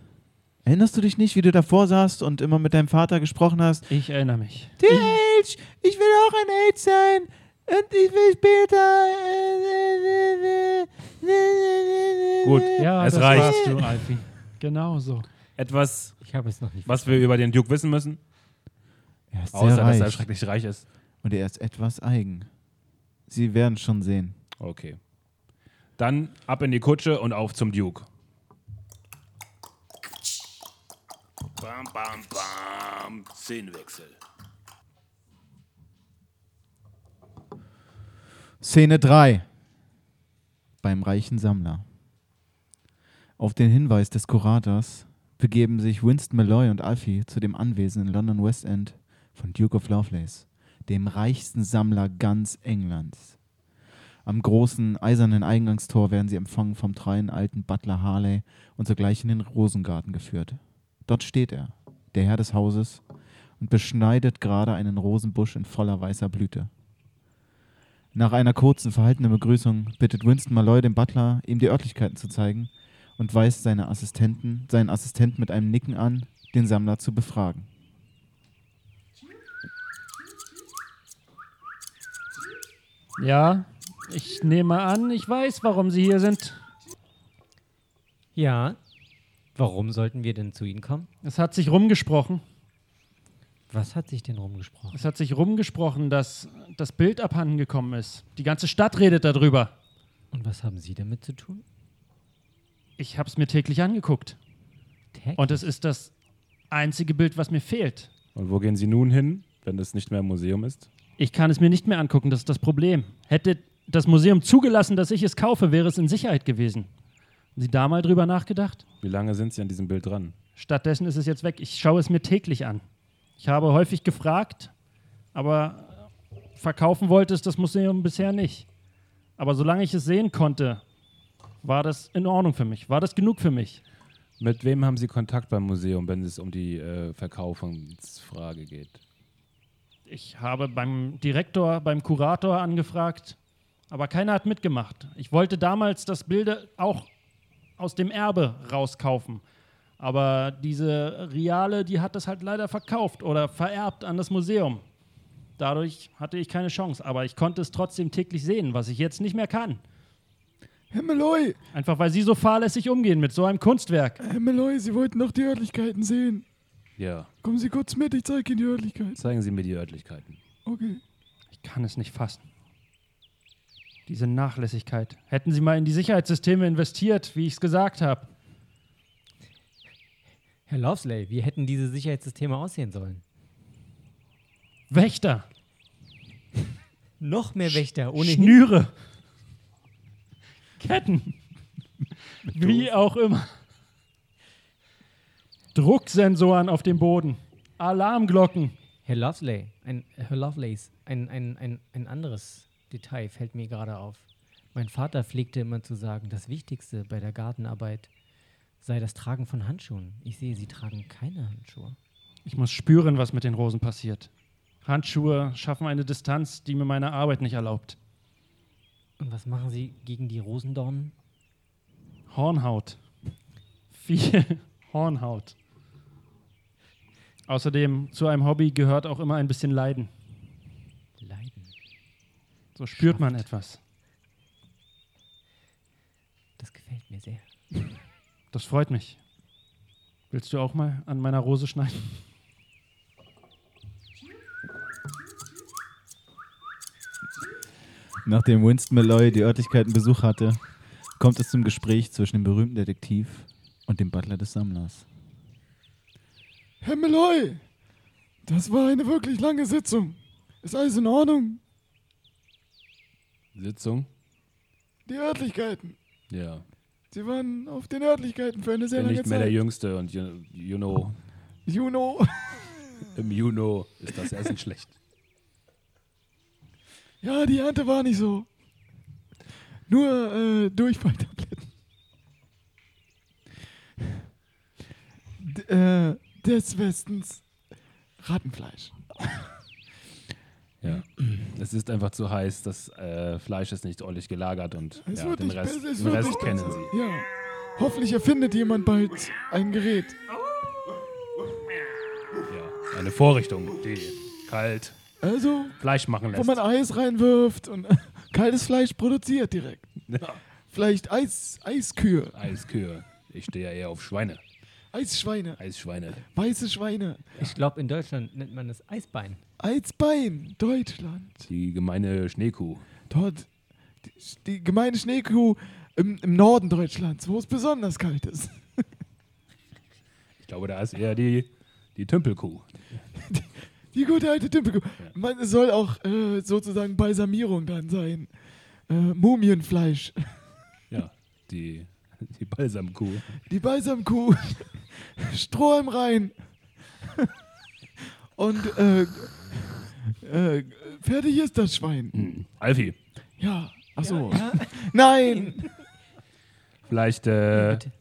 [SPEAKER 2] Erinnerst du dich nicht, wie du davor saßt und immer mit deinem Vater gesprochen hast?
[SPEAKER 3] ich erinnere mich.
[SPEAKER 2] Der Elch, ich will auch ein Elch sein und ich will später.
[SPEAKER 8] Gut,
[SPEAKER 3] Ja,
[SPEAKER 8] es
[SPEAKER 3] das
[SPEAKER 8] reicht.
[SPEAKER 3] warst du, Alfie. Genau so.
[SPEAKER 8] Etwas,
[SPEAKER 9] Ich habe es noch nicht.
[SPEAKER 8] was wir über den Duke wissen müssen,
[SPEAKER 2] Er ist sehr
[SPEAKER 8] außer dass er
[SPEAKER 2] reich
[SPEAKER 8] schrecklich reich ist.
[SPEAKER 2] und er ist etwas eigen. Sie werden schon sehen.
[SPEAKER 8] Okay. Dann ab in die Kutsche und auf zum Duke. Bam, bam, bam. Szenenwechsel.
[SPEAKER 2] Szene 3. Beim reichen Sammler. Auf den Hinweis des Kurators begeben sich Winston Malloy und Alfie zu dem Anwesen in London West End von Duke of Lovelace, dem reichsten Sammler ganz Englands. Am großen eisernen Eingangstor werden sie empfangen vom treuen alten Butler Harley und sogleich in den Rosengarten geführt. Dort steht er, der Herr des Hauses, und beschneidet gerade einen Rosenbusch in voller weißer Blüte. Nach einer kurzen, verhaltenen Begrüßung bittet Winston Malloy den Butler, ihm die Örtlichkeiten zu zeigen und weist seine Assistenten, seinen Assistenten mit einem Nicken an, den Sammler zu befragen.
[SPEAKER 3] Ja, ich nehme an, ich weiß, warum sie hier sind.
[SPEAKER 9] Ja. Warum sollten wir denn zu Ihnen kommen?
[SPEAKER 3] Es hat sich rumgesprochen.
[SPEAKER 9] Was hat sich denn rumgesprochen?
[SPEAKER 3] Es hat sich rumgesprochen, dass das Bild abhanden gekommen ist. Die ganze Stadt redet darüber.
[SPEAKER 9] Und was haben Sie damit zu tun?
[SPEAKER 3] Ich habe es mir täglich angeguckt.
[SPEAKER 9] Tag?
[SPEAKER 3] Und es ist das einzige Bild, was mir fehlt.
[SPEAKER 8] Und wo gehen Sie nun hin, wenn das nicht mehr im Museum ist?
[SPEAKER 3] Ich kann es mir nicht mehr angucken, das ist das Problem. Hätte das Museum zugelassen, dass ich es kaufe, wäre es in Sicherheit gewesen. Haben Sie da mal drüber nachgedacht?
[SPEAKER 8] Wie lange sind Sie an diesem Bild dran?
[SPEAKER 3] Stattdessen ist es jetzt weg. Ich schaue es mir täglich an. Ich habe häufig gefragt, aber verkaufen wollte es das Museum bisher nicht. Aber solange ich es sehen konnte, war das in Ordnung für mich. War das genug für mich?
[SPEAKER 8] Mit wem haben Sie Kontakt beim Museum, wenn es um die äh, Verkaufungsfrage geht?
[SPEAKER 3] Ich habe beim Direktor, beim Kurator angefragt, aber keiner hat mitgemacht. Ich wollte damals das Bilde auch aus dem Erbe rauskaufen. Aber diese Riale, die hat das halt leider verkauft oder vererbt an das Museum. Dadurch hatte ich keine Chance, aber ich konnte es trotzdem täglich sehen, was ich jetzt nicht mehr kann.
[SPEAKER 2] Herr Malloy,
[SPEAKER 3] Einfach weil sie so fahrlässig umgehen mit so einem Kunstwerk.
[SPEAKER 2] Herr Malloy, Sie wollten noch die Örtlichkeiten sehen.
[SPEAKER 8] Ja,
[SPEAKER 2] Kommen Sie kurz mit, ich zeige Ihnen die Örtlichkeiten.
[SPEAKER 8] zeigen Sie mir die Örtlichkeiten.
[SPEAKER 2] Okay.
[SPEAKER 3] Ich kann es nicht fassen. Diese Nachlässigkeit. Hätten Sie mal in die Sicherheitssysteme investiert, wie ich es gesagt habe.
[SPEAKER 9] Herr Lovesley, wie hätten diese Sicherheitssysteme aussehen sollen?
[SPEAKER 3] Wächter,
[SPEAKER 9] Noch mehr Wächter ohne
[SPEAKER 3] Schnüre, Ketten, wie auch immer. Drucksensoren auf dem Boden. Alarmglocken.
[SPEAKER 9] Herr Lovelay, ein, äh, Herr Lovelace, ein, ein, ein, ein anderes Detail fällt mir gerade auf. Mein Vater pflegte immer zu sagen, das Wichtigste bei der Gartenarbeit sei das Tragen von Handschuhen. Ich sehe, Sie tragen keine Handschuhe.
[SPEAKER 3] Ich muss spüren, was mit den Rosen passiert. Handschuhe schaffen eine Distanz, die mir meine Arbeit nicht erlaubt.
[SPEAKER 9] Und was machen Sie gegen die Rosendornen?
[SPEAKER 3] Hornhaut. Viel *laughs* Hornhaut. Außerdem, zu einem Hobby gehört auch immer ein bisschen Leiden.
[SPEAKER 9] Leiden.
[SPEAKER 3] So spürt man etwas.
[SPEAKER 9] Das gefällt mir sehr.
[SPEAKER 3] Das freut mich. Willst du auch mal an meiner Rose schneiden?
[SPEAKER 2] Nachdem Winston Malloy die Örtlichkeit in Besuch hatte, kommt es zum Gespräch zwischen dem berühmten Detektiv und dem Butler des Sammlers.
[SPEAKER 5] Herr Malloy, das war eine wirklich lange Sitzung. Ist alles in Ordnung?
[SPEAKER 8] Sitzung?
[SPEAKER 5] Die Örtlichkeiten.
[SPEAKER 8] Ja.
[SPEAKER 5] Sie waren auf den Örtlichkeiten für eine sehr
[SPEAKER 8] Bin
[SPEAKER 5] lange
[SPEAKER 8] nicht mehr der
[SPEAKER 5] Zeit.
[SPEAKER 8] Jüngste und you, you know,
[SPEAKER 5] Juno.
[SPEAKER 8] im Juno ist das Essen schlecht.
[SPEAKER 5] Ja, die Ernte war nicht so. Nur äh, Durchfalltabletten. D äh, des Westens Rattenfleisch.
[SPEAKER 8] Ja. Es ist einfach zu heiß, das äh, Fleisch ist nicht ordentlich gelagert und
[SPEAKER 5] Es
[SPEAKER 8] ja,
[SPEAKER 5] wird
[SPEAKER 8] den
[SPEAKER 5] nicht
[SPEAKER 8] Rest,
[SPEAKER 5] besser, es
[SPEAKER 8] den
[SPEAKER 5] wird
[SPEAKER 8] Rest
[SPEAKER 5] nicht
[SPEAKER 8] kennen
[SPEAKER 5] besser.
[SPEAKER 8] sie.
[SPEAKER 5] Ja. Hoffentlich erfindet jemand bald ein Gerät.
[SPEAKER 8] Ja. Eine Vorrichtung, die kalt
[SPEAKER 5] Also,
[SPEAKER 8] Fleisch machen
[SPEAKER 5] wo
[SPEAKER 8] lässt.
[SPEAKER 5] man Eis reinwirft und *laughs* kaltes Fleisch produziert direkt.
[SPEAKER 8] Ja.
[SPEAKER 5] Vielleicht Eis, Eiskühe,
[SPEAKER 8] Eiskühe. Ich stehe ja eher auf Schweine.
[SPEAKER 5] Eisschweine,
[SPEAKER 8] Eisschweine.
[SPEAKER 5] weiße Schweine,
[SPEAKER 9] Ich glaube, in Deutschland nennt man es Eisbein.
[SPEAKER 5] Eisbein, Deutschland.
[SPEAKER 8] Die gemeine Schneekuh.
[SPEAKER 5] Dort die, die gemeine Schneekuh im, im Norden Deutschlands, wo es besonders kalt ist. *laughs*
[SPEAKER 8] Ich glaube, da ist eher die, die Tümpelkuh.
[SPEAKER 5] Die gute alte Tümpelkuh. Man es soll auch äh, sozusagen Balsamierung dann sein. Äh, Mumienfleisch.
[SPEAKER 8] Ja. Die, die Balsamkuh.
[SPEAKER 5] Die Balsamkuh. *laughs* Stroh im Rhein. *laughs* Und äh, äh, fertig ist das Schwein.
[SPEAKER 9] Hm.
[SPEAKER 8] Alfie,
[SPEAKER 5] Ja. Achso. *laughs* Nein!
[SPEAKER 8] vielleicht äh,
[SPEAKER 9] Bitte.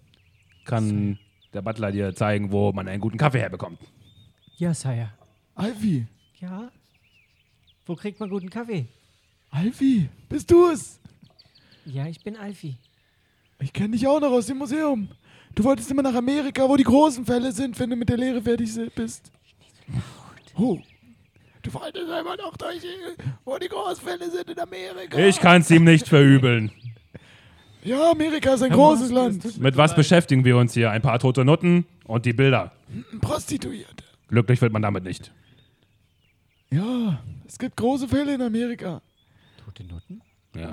[SPEAKER 8] kann der Butler dir zeigen, wo man einen guten Kaffee herbekommt.
[SPEAKER 9] Ja, Sire.
[SPEAKER 5] Alfie!
[SPEAKER 9] Ja. Wo kriegt man guten Kaffee?
[SPEAKER 5] Alfie! Bist du es?
[SPEAKER 9] Ja, ich bin Alfie.
[SPEAKER 5] Ich kenne dich auch noch aus dem Museum. Du wolltest immer nach Amerika, wo die großen Fälle sind, wenn du mit der Lehre fertig si- bist. Oh. Du wolltest einmal noch durch, die- wo die großen Fälle sind in Amerika.
[SPEAKER 8] Ich kann's ihm nicht verübeln.
[SPEAKER 5] Ja, Amerika ist ein großes Land.
[SPEAKER 8] Mit was beschäftigen wir uns hier? Ein paar tote Nutten und die Bilder.
[SPEAKER 5] Prostituierte.
[SPEAKER 8] Glücklich wird man damit nicht.
[SPEAKER 5] Ja, es gibt große Fälle in Amerika.
[SPEAKER 9] Tote Noten?
[SPEAKER 8] Ja.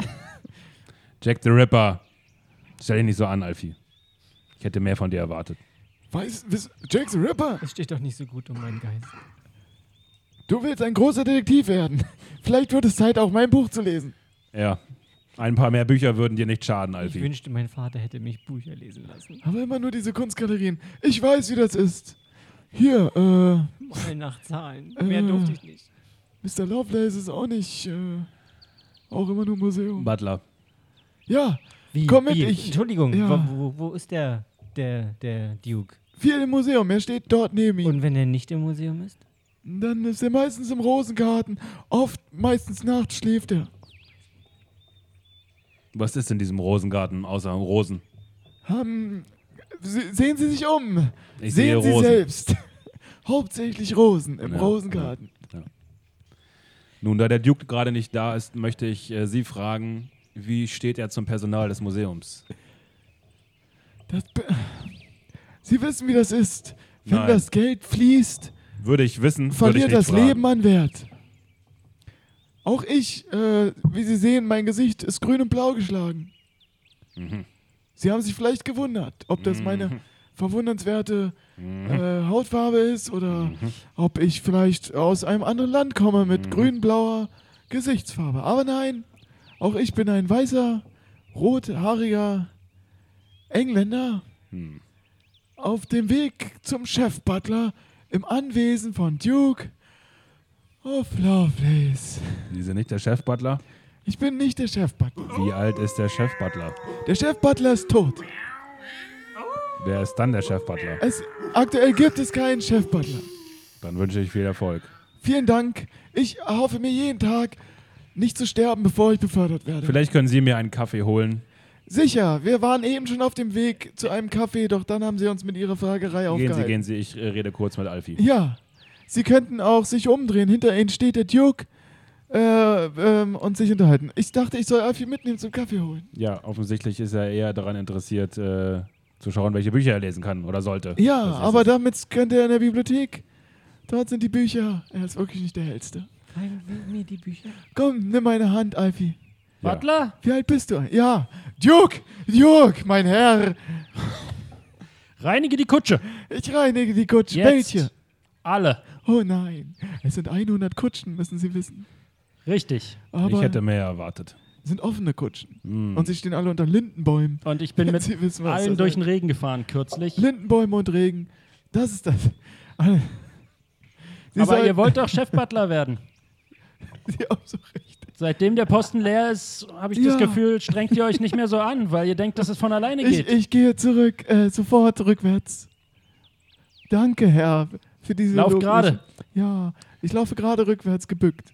[SPEAKER 9] *laughs*
[SPEAKER 8] Jack the Ripper. Stell dich nicht so an, Alfie. Ich hätte mehr von dir erwartet.
[SPEAKER 5] Weiß, wiss, Jack the Ripper,
[SPEAKER 9] Es steht doch nicht so gut um meinen Geist.
[SPEAKER 5] du willst ein großer Detektiv werden. *laughs* Vielleicht wird es Zeit, auch mein Buch zu lesen.
[SPEAKER 8] Ja. Ein paar mehr Bücher würden dir nicht schaden,
[SPEAKER 9] Ich
[SPEAKER 8] Alfie.
[SPEAKER 9] wünschte, mein Vater hätte mich Bücher lesen lassen.
[SPEAKER 5] Aber immer nur diese Kunstgalerien. Ich weiß, wie das ist. Hier, äh,
[SPEAKER 9] Mal nach Zahlen.
[SPEAKER 5] Äh.
[SPEAKER 9] Mehr durfte ich nicht.
[SPEAKER 5] Mr. Lovelace ist auch nicht, äh, auch immer nur Museum.
[SPEAKER 8] Butler.
[SPEAKER 5] Ja,
[SPEAKER 9] Wie?
[SPEAKER 5] Komm mit,
[SPEAKER 9] wie?
[SPEAKER 5] ich-
[SPEAKER 9] Entschuldigung,
[SPEAKER 5] ja.
[SPEAKER 9] wo, wo, wo ist der, der, der Duke?
[SPEAKER 5] viel im Museum. Er steht dort neben ihm.
[SPEAKER 9] Und wenn er nicht im Museum ist?
[SPEAKER 5] Dann ist er meistens im Rosengarten. Oft, meistens nachts schläft er.
[SPEAKER 8] Was ist in diesem Rosengarten außer Rosen?
[SPEAKER 5] Ähm, se- sehen Sie sich um.
[SPEAKER 8] Ich sehe
[SPEAKER 5] sehen Sie
[SPEAKER 8] Rosen.
[SPEAKER 5] selbst. *laughs* Hauptsächlich Rosen im
[SPEAKER 8] Ja,
[SPEAKER 5] Rosengarten.
[SPEAKER 8] Nun, da der Duke gerade nicht da ist, möchte ich äh, Sie fragen, wie steht er zum Personal des Museums?
[SPEAKER 5] Das be- Sie wissen, wie das ist. Wenn
[SPEAKER 8] Nein.
[SPEAKER 5] das Geld fließt,
[SPEAKER 8] Würde ich wissen, würde ich
[SPEAKER 5] verliert
[SPEAKER 8] nicht
[SPEAKER 5] das
[SPEAKER 8] fragen.
[SPEAKER 5] Leben an Wert. Auch ich, äh, wie Sie sehen, mein Gesicht ist grün und blau geschlagen.
[SPEAKER 8] Mhm.
[SPEAKER 5] Sie haben sich vielleicht gewundert, ob das meine verwundernswerte
[SPEAKER 8] Mhm.
[SPEAKER 5] äh, Hautfarbe ist oder ob ich vielleicht aus einem anderen Land komme mit
[SPEAKER 8] Mhm.
[SPEAKER 5] grün-blauer Gesichtsfarbe. Aber nein, auch ich bin ein weißer, rothaariger Engländer auf dem Weg zum Chefbutler im Anwesen von Duke of Lovelace.
[SPEAKER 8] Sie sind nicht der Chefbutler?
[SPEAKER 5] Ich bin nicht der Chefbutler.
[SPEAKER 8] Wie alt ist der Chefbutler?
[SPEAKER 5] Der Chefbutler ist tot.
[SPEAKER 8] Wer ist dann der Chefbutler?
[SPEAKER 5] Es, aktuell gibt es keinen Chefbutler.
[SPEAKER 8] Dann wünsche ich viel Erfolg.
[SPEAKER 5] Vielen Dank. Ich erhoffe mir jeden Tag, nicht zu sterben, bevor ich befördert werde.
[SPEAKER 8] Vielleicht können Sie mir einen Kaffee holen.
[SPEAKER 5] Sicher, wir waren eben schon auf dem Weg zu einem Café, doch dann haben Sie uns mit Ihrer Fragerei
[SPEAKER 8] Gehen Sie,
[SPEAKER 5] aufgehalten.
[SPEAKER 8] gehen Sie, ich äh, rede kurz mit Alfie.
[SPEAKER 5] Ja, Sie könnten auch sich umdrehen. Hinter Ihnen steht der Duke äh, ähm, und sich unterhalten. Ich dachte, ich soll Alfie mitnehmen zum Kaffee holen.
[SPEAKER 8] Ja, offensichtlich ist er eher daran interessiert, äh, zu schauen, welche Bücher er lesen kann oder sollte.
[SPEAKER 5] Ja,
[SPEAKER 8] Das ist
[SPEAKER 5] aber
[SPEAKER 8] es.
[SPEAKER 5] damit könnte er in der Bibliothek. Dort sind die Bücher. Er ist wirklich nicht der Hellste.
[SPEAKER 9] mir die Bücher.
[SPEAKER 5] Komm, nimm meine Hand, Alfie.
[SPEAKER 3] Butler?
[SPEAKER 5] Wie alt bist du? Ja, Duke, Duke, mein Herr.
[SPEAKER 3] Reinige die Kutsche.
[SPEAKER 5] Ich reinige die Kutsche.
[SPEAKER 3] Jetzt.
[SPEAKER 5] Welche?
[SPEAKER 3] Alle.
[SPEAKER 5] Oh nein, es sind 100 Kutschen, müssen Sie wissen.
[SPEAKER 3] Richtig.
[SPEAKER 5] Aber
[SPEAKER 8] ich hätte mehr erwartet.
[SPEAKER 5] es sind offene Kutschen.
[SPEAKER 8] Hm.
[SPEAKER 5] Und sie stehen alle unter Lindenbäumen.
[SPEAKER 3] Und ich bin mit
[SPEAKER 5] Sie *laughs* wissen, was
[SPEAKER 3] allen
[SPEAKER 5] das
[SPEAKER 3] durch
[SPEAKER 5] heißt.
[SPEAKER 3] den Regen gefahren kürzlich.
[SPEAKER 5] Lindenbäume und Regen. Das ist das. Alle- Sie
[SPEAKER 3] Aber ihr
[SPEAKER 5] sollten- *laughs*
[SPEAKER 3] wollt doch Chefbutler werden.
[SPEAKER 5] Sie haben so recht.
[SPEAKER 3] Seitdem der Posten leer ist, habe ich das
[SPEAKER 5] Ja.
[SPEAKER 3] Gefühl, strengt ihr euch nicht mehr so an, weil ihr denkt, dass es von alleine
[SPEAKER 5] Ich,
[SPEAKER 3] geht.
[SPEAKER 5] ich gehe zurück, äh, sofort rückwärts. Danke, Herr, für diese.
[SPEAKER 3] Lauf
[SPEAKER 5] Lobliche-
[SPEAKER 3] gerade.
[SPEAKER 5] Ja, ich laufe gerade rückwärts gebückt.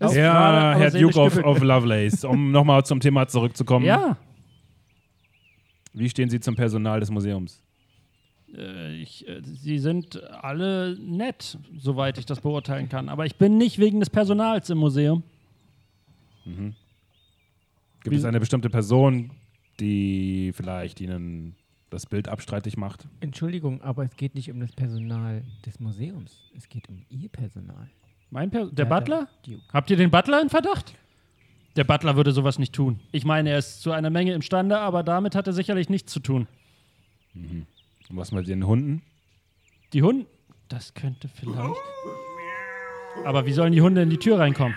[SPEAKER 3] Lauf gerade,
[SPEAKER 8] Ja,
[SPEAKER 3] aber
[SPEAKER 8] Herr
[SPEAKER 3] seelisch
[SPEAKER 8] Duke of,
[SPEAKER 3] gebückt.
[SPEAKER 8] of Lovelace, um nochmal zum Thema zurückzukommen.
[SPEAKER 3] Ja,
[SPEAKER 8] Wie stehen Sie zum Personal des Museums?
[SPEAKER 3] äh, ich, äh, sie sind alle nett, soweit ich das beurteilen kann. Aber ich bin nicht wegen des Personals im Museum.
[SPEAKER 8] Gibt
[SPEAKER 3] Wie-
[SPEAKER 8] es eine bestimmte Person, die vielleicht Ihnen das Bild abstreitig macht?
[SPEAKER 9] Entschuldigung, aber es geht nicht um das Personal des Museums. Es geht um ihr Personal.
[SPEAKER 3] Mein per der
[SPEAKER 9] Ja,
[SPEAKER 3] Butler?
[SPEAKER 9] Duke.
[SPEAKER 3] Habt ihr den Butler in Verdacht? Der Butler würde sowas nicht tun. Ich meine, er ist zu einer Menge imstande, aber damit hat er sicherlich nichts zu tun.
[SPEAKER 8] Und was mit den Hunden?
[SPEAKER 3] Die Hunde. Das könnte vielleicht. Aber wie sollen die Hunde in die Tür reinkommen?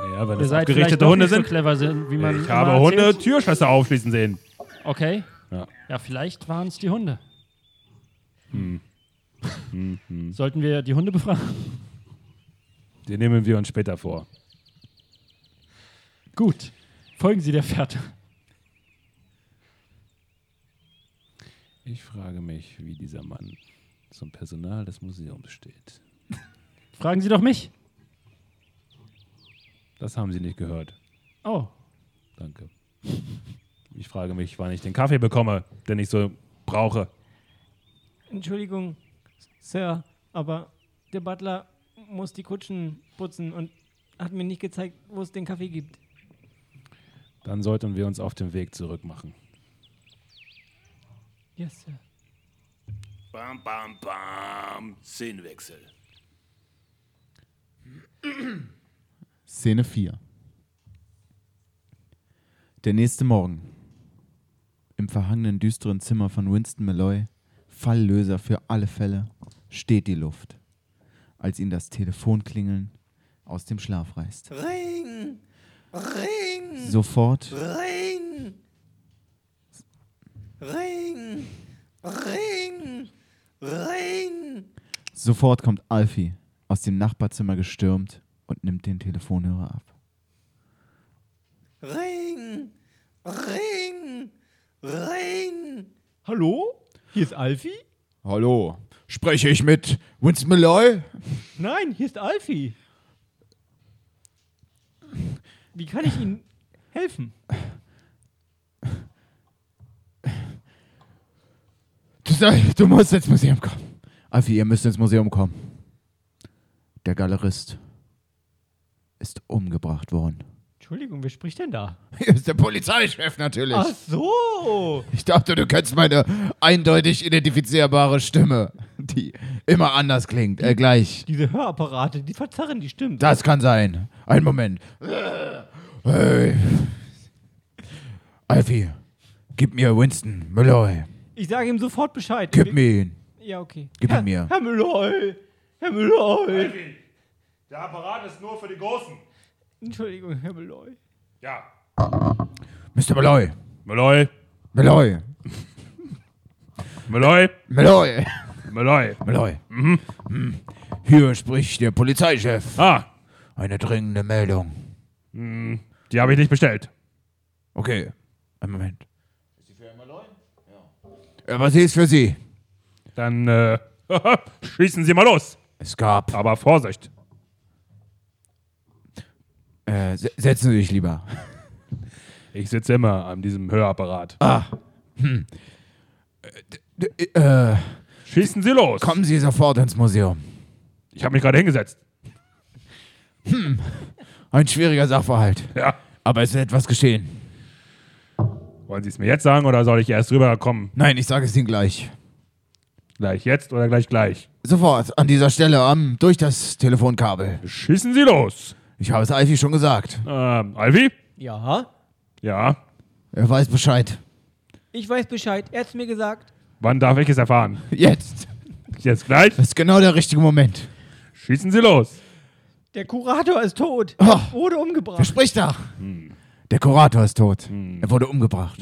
[SPEAKER 8] Naja, wenn
[SPEAKER 3] Ihr
[SPEAKER 8] es
[SPEAKER 3] seid vielleicht
[SPEAKER 8] abgerichtete
[SPEAKER 3] doch
[SPEAKER 8] Hunde
[SPEAKER 3] nicht
[SPEAKER 8] sind.
[SPEAKER 3] so clever sind, wie man.
[SPEAKER 8] ich
[SPEAKER 3] immer
[SPEAKER 8] habe Hunde
[SPEAKER 3] erzählt.
[SPEAKER 8] Türschwester aufschließen sehen.
[SPEAKER 3] Okay.
[SPEAKER 8] Ja.
[SPEAKER 3] Ja, vielleicht waren es die Hunde. Sollten wir die Hunde befragen? *laughs*
[SPEAKER 8] Die nehmen wir uns später vor.
[SPEAKER 3] Gut. Folgen Sie der Fährte.
[SPEAKER 8] Ich frage mich, wie dieser Mann zum Personal des Museums steht.
[SPEAKER 3] Fragen Sie doch mich.
[SPEAKER 8] Das haben Sie nicht gehört.
[SPEAKER 3] Oh,
[SPEAKER 8] Danke. Ich frage mich, wann ich den Kaffee bekomme, den ich so brauche.
[SPEAKER 9] Entschuldigung, Sir, aber der Butler muss die Kutschen putzen und hat mir nicht gezeigt, wo es den Kaffee gibt.
[SPEAKER 8] Dann sollten wir uns auf den Weg zurück machen.
[SPEAKER 9] Yes, Sir.
[SPEAKER 10] Bam, bam, bam. Szenenwechsel.
[SPEAKER 2] Szene 4. Der nächste Morgen. Im verhangenen düsteren Zimmer von Winston Malloy, Falllöser für alle Fälle, steht die Luft, als ihn das Telefonklingeln aus dem Schlaf reißt.
[SPEAKER 10] Ring! Ring!
[SPEAKER 2] Sofort
[SPEAKER 10] Ring! Ring! Ring! Ring!
[SPEAKER 2] Sofort kommt Alfie aus dem Nachbarzimmer gestürmt und nimmt den Telefonhörer ab.
[SPEAKER 10] Ring! Ring! Ring!
[SPEAKER 5] Hallo?
[SPEAKER 6] Hier ist Alfie?
[SPEAKER 1] Hallo, spreche ich mit Winston Malloy?
[SPEAKER 6] Nein, hier ist Alfie. Wie kann ich Ihnen helfen?
[SPEAKER 1] Du, sei- du musst ins Museum kommen.
[SPEAKER 2] Alfie, ihr müsst ins Museum kommen. Der Galerist ist umgebracht worden.
[SPEAKER 6] Entschuldigung, wer spricht denn da?
[SPEAKER 1] Hier ist der Polizeichef natürlich.
[SPEAKER 6] Ach so!
[SPEAKER 1] Ich dachte, du kennst meine eindeutig identifizierbare Stimme, die immer anders klingt. Äh, gleich.
[SPEAKER 6] Diese Hörapparate, die verzerren die Stimmen.
[SPEAKER 1] Das kann sein. Ein Moment. Hey. Alfie, gib mir Winston Malloy.
[SPEAKER 6] Ich sage ihm sofort Bescheid.
[SPEAKER 1] Gib mir ihn.
[SPEAKER 6] Ja, okay.
[SPEAKER 1] Gib
[SPEAKER 6] Herr,
[SPEAKER 1] ihn mir.
[SPEAKER 6] Herr Müller, Herr Müller.
[SPEAKER 8] Der Apparat ist nur für die Großen.
[SPEAKER 6] Entschuldigung, Herr Müller.
[SPEAKER 8] Ja.
[SPEAKER 1] Mr. Malloy.
[SPEAKER 8] Malloy,
[SPEAKER 1] Malloy.
[SPEAKER 8] Malloy,
[SPEAKER 1] Malloy.
[SPEAKER 8] Malloy.
[SPEAKER 2] Malloy.
[SPEAKER 8] Mhm.
[SPEAKER 2] Hm. Hier spricht der Polizeichef.
[SPEAKER 8] Ah.
[SPEAKER 2] Eine dringende Meldung.
[SPEAKER 8] Hm, Die habe ich nicht bestellt.
[SPEAKER 2] Okay, einen Moment.
[SPEAKER 1] Äh,
[SPEAKER 2] Aber sie ist für Sie.
[SPEAKER 8] Dann äh, *laughs* schießen Sie mal los.
[SPEAKER 2] Es gab.
[SPEAKER 8] Aber Vorsicht.
[SPEAKER 2] Äh, se- setzen Sie sich lieber.
[SPEAKER 8] Ich sitze immer an diesem Hörapparat.
[SPEAKER 2] Ah. Hm. D- d- Äh,
[SPEAKER 8] Schießen Sie los.
[SPEAKER 2] Kommen Sie sofort ins Museum.
[SPEAKER 8] Ich habe mich gerade hingesetzt.
[SPEAKER 2] Hm. Ein schwieriger Sachverhalt.
[SPEAKER 8] Ja.
[SPEAKER 2] Aber es wird etwas geschehen.
[SPEAKER 8] Wollen Sie es mir jetzt sagen oder soll ich erst rüberkommen?
[SPEAKER 2] Nein, ich sage es Ihnen gleich.
[SPEAKER 8] Gleich jetzt oder gleich gleich?
[SPEAKER 2] Sofort, an dieser Stelle, am, durch das Telefonkabel.
[SPEAKER 8] Schießen Sie los!
[SPEAKER 2] Ich habe es Alfie schon gesagt.
[SPEAKER 8] Ähm, Alvi?
[SPEAKER 9] Ja.
[SPEAKER 8] Ja.
[SPEAKER 2] Er weiß Bescheid.
[SPEAKER 9] Ich weiß Bescheid. Er hat's mir gesagt.
[SPEAKER 8] Wann darf ich es erfahren? *laughs*
[SPEAKER 2] Jetzt.
[SPEAKER 8] Jetzt gleich? Das
[SPEAKER 2] ist genau der richtige Moment.
[SPEAKER 8] Schießen Sie los.
[SPEAKER 11] Der Kurator ist tot.
[SPEAKER 8] Oh.
[SPEAKER 11] Wurde umgebracht.
[SPEAKER 2] Wer spricht da? Der Kurator ist tot. Er wurde umgebracht.